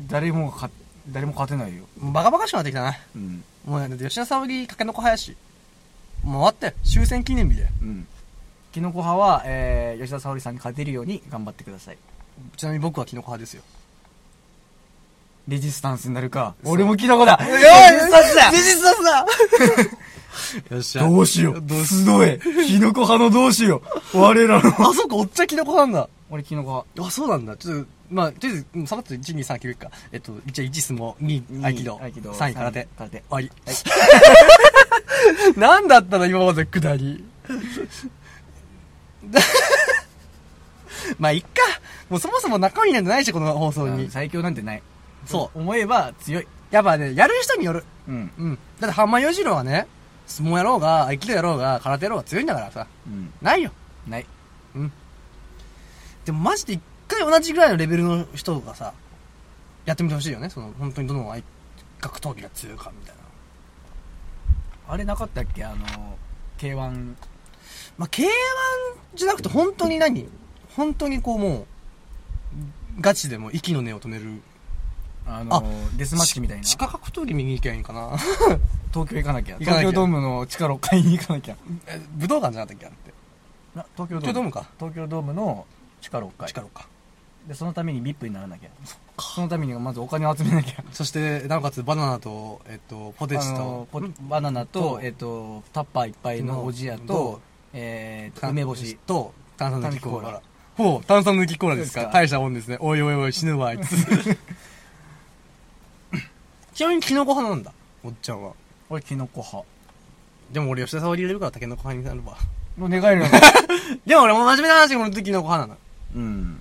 C: 誰もが勝誰も勝てないよ、
A: バカバカしくなってきたな。
C: うん
A: もう、だって吉田沙保里、かけのこ林。もう終わったよ。終戦記念日で。
C: うん、キノコ派は、えー、吉田沙保里さんに勝てるように頑張ってください
A: ちなみに僕はキノコ派ですよ。
C: レジスタンスになるか俺もキノコだ
A: よ
C: レジスタンスだ
A: 事実 だよっしゃ。
C: どうしよ
A: ど
C: うすごいキノコ派のどうしよう我らの
A: あ、そっか、おっちゃんキノコなんだ。
C: 俺キノコ派
A: あ、そうなんだ。ちょっと、まあ、とりあえずうん、さらっと1、2、3決めるか。えっと、じゃあ1相撲、2合気道、
C: 合気道
A: 3位空手。
C: 空手
A: 終わり。 なんだったの今までくだり。 まあ、いっか。もうそもそも中身なんてないし、この放送
C: う
A: に
C: ん。最強なんてない
A: そ
C: 思えば強い、
A: やっぱね、やる人による。
C: うん
A: うん。だって、浜洋次郎はね、相撲やろうが、合気道やろうが、空手やろうが強いんだからさ。
C: うん、
A: ないよ。
C: ない
A: でもマジで一回同じぐらいのレベルの人がさ、やってみてほしいよね。その、本当にどの相格闘技が強いかみたいな。
C: あれなかったっけあの K1
A: まあ、K1 じゃなくて本当に何本当にこうもう、ガチでもう息の根を止める
C: あのデスマッチみたいな
A: 地下格闘技見に行けばいいんかな。
C: 東京行かなきゃ
A: 行かなきゃ
C: 東京ドームの地下6階に行かなきゃ
A: え武道館じゃなかったっけあれって。
C: な東京ド
A: 東京ド
C: ーム
A: ームか
C: 東京ドームの地下6階
A: 地下6か。
C: でそのために VIP にならなきゃそのためにまずお金を集めなきゃ
A: そして、なおかつバナナと、えっと、ポテチ
C: あ
A: と
C: の、ポバナナと
A: と、
C: えっと、タッパーいっぱいのおじやと
A: と、
C: えーと
A: か
C: 梅干し。
A: と、炭酸抜きコー
C: 炭
A: ラ。ほう、炭酸抜きコーラですか
C: そうですか
A: 大したもんですね。おいおいおい、死ぬわ、あい つ。ちなみに、キノコ派なんだ、おっちゃんは。
C: これキノコ派。
A: でも俺、吉田沙保里入れるから、タケノコ派になるわ。
C: の願いの。
A: でも俺、もう真面目な話、この時キノコ派なの。
C: うん。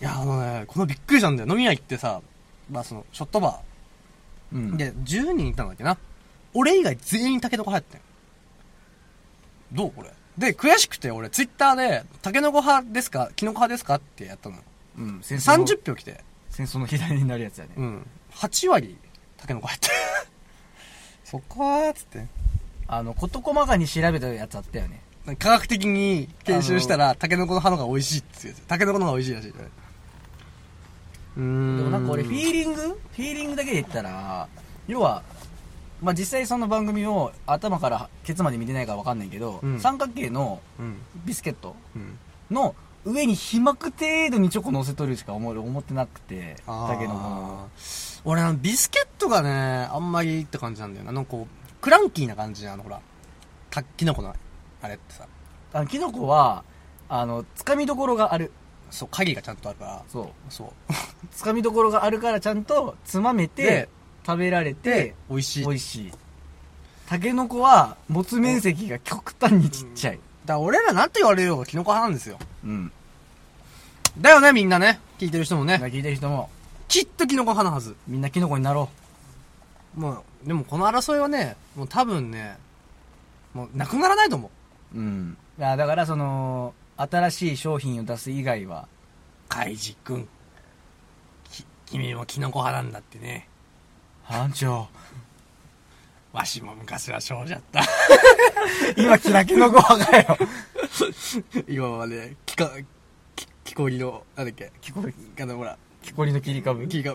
A: いや、あのね、このびっくりしたんだよ。飲み屋行ってさ、まあその、ショットバ
C: うん。
A: ー。、で、10人いたんだっけな。俺以外全員タケノコ派やったよ。どうこれ。で、悔しくて俺、ツイッターで、タケノコ派ですかキノコ派ですかってやったのよ。
C: うん。戦争の。
A: 30票来て。
C: 戦争の左になるやつやね。
A: うん。8割、タケノコ入って る。そっかー、つって。
C: あの、事細かに調べたやつあったよね。
A: なんか科学的に検証したら、タケノコの葉の方が美味しいって言うやつタケノコの方が美味しいらしい。うー
C: で
A: ん。
C: もなんか俺、フィーリングフィーリングだけで言ったら、要は、まあ、実際その番組を頭からケツまで見てないからわかんないけど、
A: うん
C: 三角形の
A: うん。
C: ビスケット
A: うん。
C: の上に皮膜程度にチョコ乗せとるしか思う思ってなくて、
A: あー
C: だけども。
A: 俺、あの、ビスケットがね、あんまりって感じなんだよな。あの、こう、クランキーな感じあの、ほら、たキノコの、あれってさ、
C: あのキノコはあのつかみどころがある
A: そう、鍵がちゃんとあるから、
C: そう
A: そう。
C: つかみどころがあるからちゃんとつまめて
A: で
C: 食べられて
A: 美味しい。
C: 美
A: だか
C: 味しいタケノコは持つ面積が極端にちっちゃい
A: ら俺らなんて言われようがキノコ派なんですよ。
C: うん
A: だよね、みんなね。聞いてる人もね。
C: 聞いてる人も
A: きっとキノコ派のはず。
C: みんなキノコになろ
A: もう、でもこの争いはね、もう多分ね、もうなくならないと思う。
C: ううんだからその新しい商品を出す以外は
A: カイジ君。き、君もキノコ派なんだってね。
C: 班長
A: わしも昔は少女やった。
C: 今キラキノコ派か よ
A: 今はね、きか、き、木こりの、なんだっけ、
C: 木こり
A: あの、ほら、
C: 木こりの切り株
A: 木が、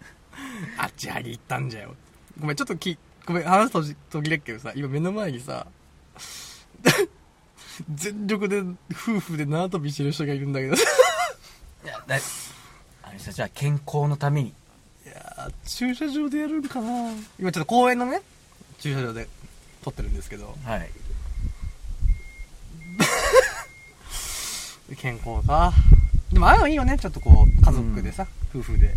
A: あっち張り行ったんじゃよ。ごめん、ちょっとき、ごめん、話とじ途切れっけどさ、今目の前にさ、 全力で、夫婦で縄跳びしてる人がいるんだけど
C: いやだあれさじゃあ健康のために
A: いやー駐車場でやるんかな今ちょっと公園のね駐車場で撮ってるんですけど
C: はい
A: 健康かでもああいうのいいよねちょっとこう家族でさ、夫婦で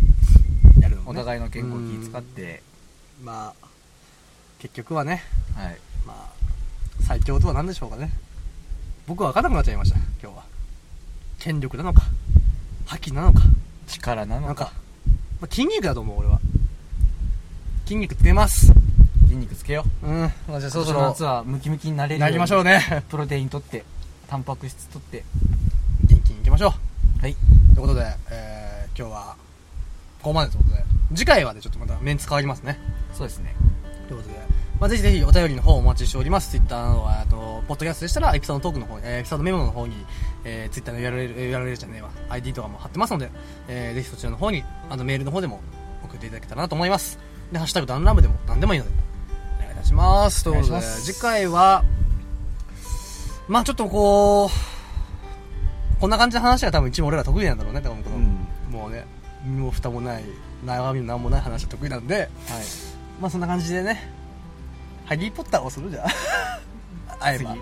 A: やるのも
C: お
A: ね
C: 互いの健康を気遣って、
A: まあ結局はね
C: はい、
A: まあ最強とは何でしょうかね僕は分からなくなっちゃいました今日は権力なのか覇気なのか
C: 力な
A: な
C: の
A: んか
C: か、
A: まあ、筋肉だと思う俺は筋肉つけます
C: 筋肉つけよ
A: うんまあじゃあ
C: う
A: そろそ
C: 今年の
A: ろ
C: 夏はムキムキになれるよ
A: 投
C: うに
A: げましょうね
C: プロテイン取ってタンパク質取って
A: 元気にいきましょう
C: はい
A: ということで、えー今日はここまでということで次回はでちょっとまたメンツ変わりますね
C: そうですね
A: ということで、まあ、ぜひぜひお便りの方お待ちしております Twitter の方はあとポッドキャストでしたらエピソードトークの方、えーエピソードメモの方に、えー、Twitter の URL, URL じゃねえわ ID とかも貼ってますので、えーぜひそちらの方にあとメールの方でも送っていただけたらなと思いますで「ハッシュタグダンラム」でも何でもいいのでお願いいたしますということ
C: お願
A: で
C: いします
A: 次回はまあちょっとこうこんな感じの話は多分一番俺ら得意なんだろうね多分この、もうね身も蓋もない悩みも何もない話は得意なんで
C: はい
A: まあそんな感じでね「ハリー・ポッター」をする じゃん会えば
C: 次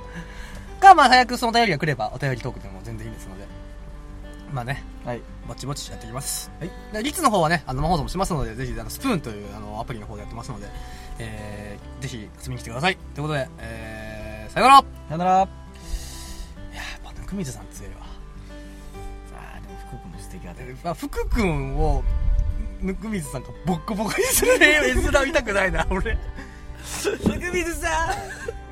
A: かまあ早くそのお便りが来ればお便りトークでも全然いいですのでまあね
C: はい
A: ぼちぼちやっていきます、
C: はい
A: でリツの方はねあの生放送もしますのでぜひあのスプーンというあのアプリの方でやってますので、えー、ぜひ遊びに来てくださいということで、えー、さよなら
C: さよならあ
A: また久水さん強いわ
C: ーでも福君も素敵だね
A: まあ、福君をぬくみずさんが ボッコボコにする絵面見たくないな俺
C: 福水さん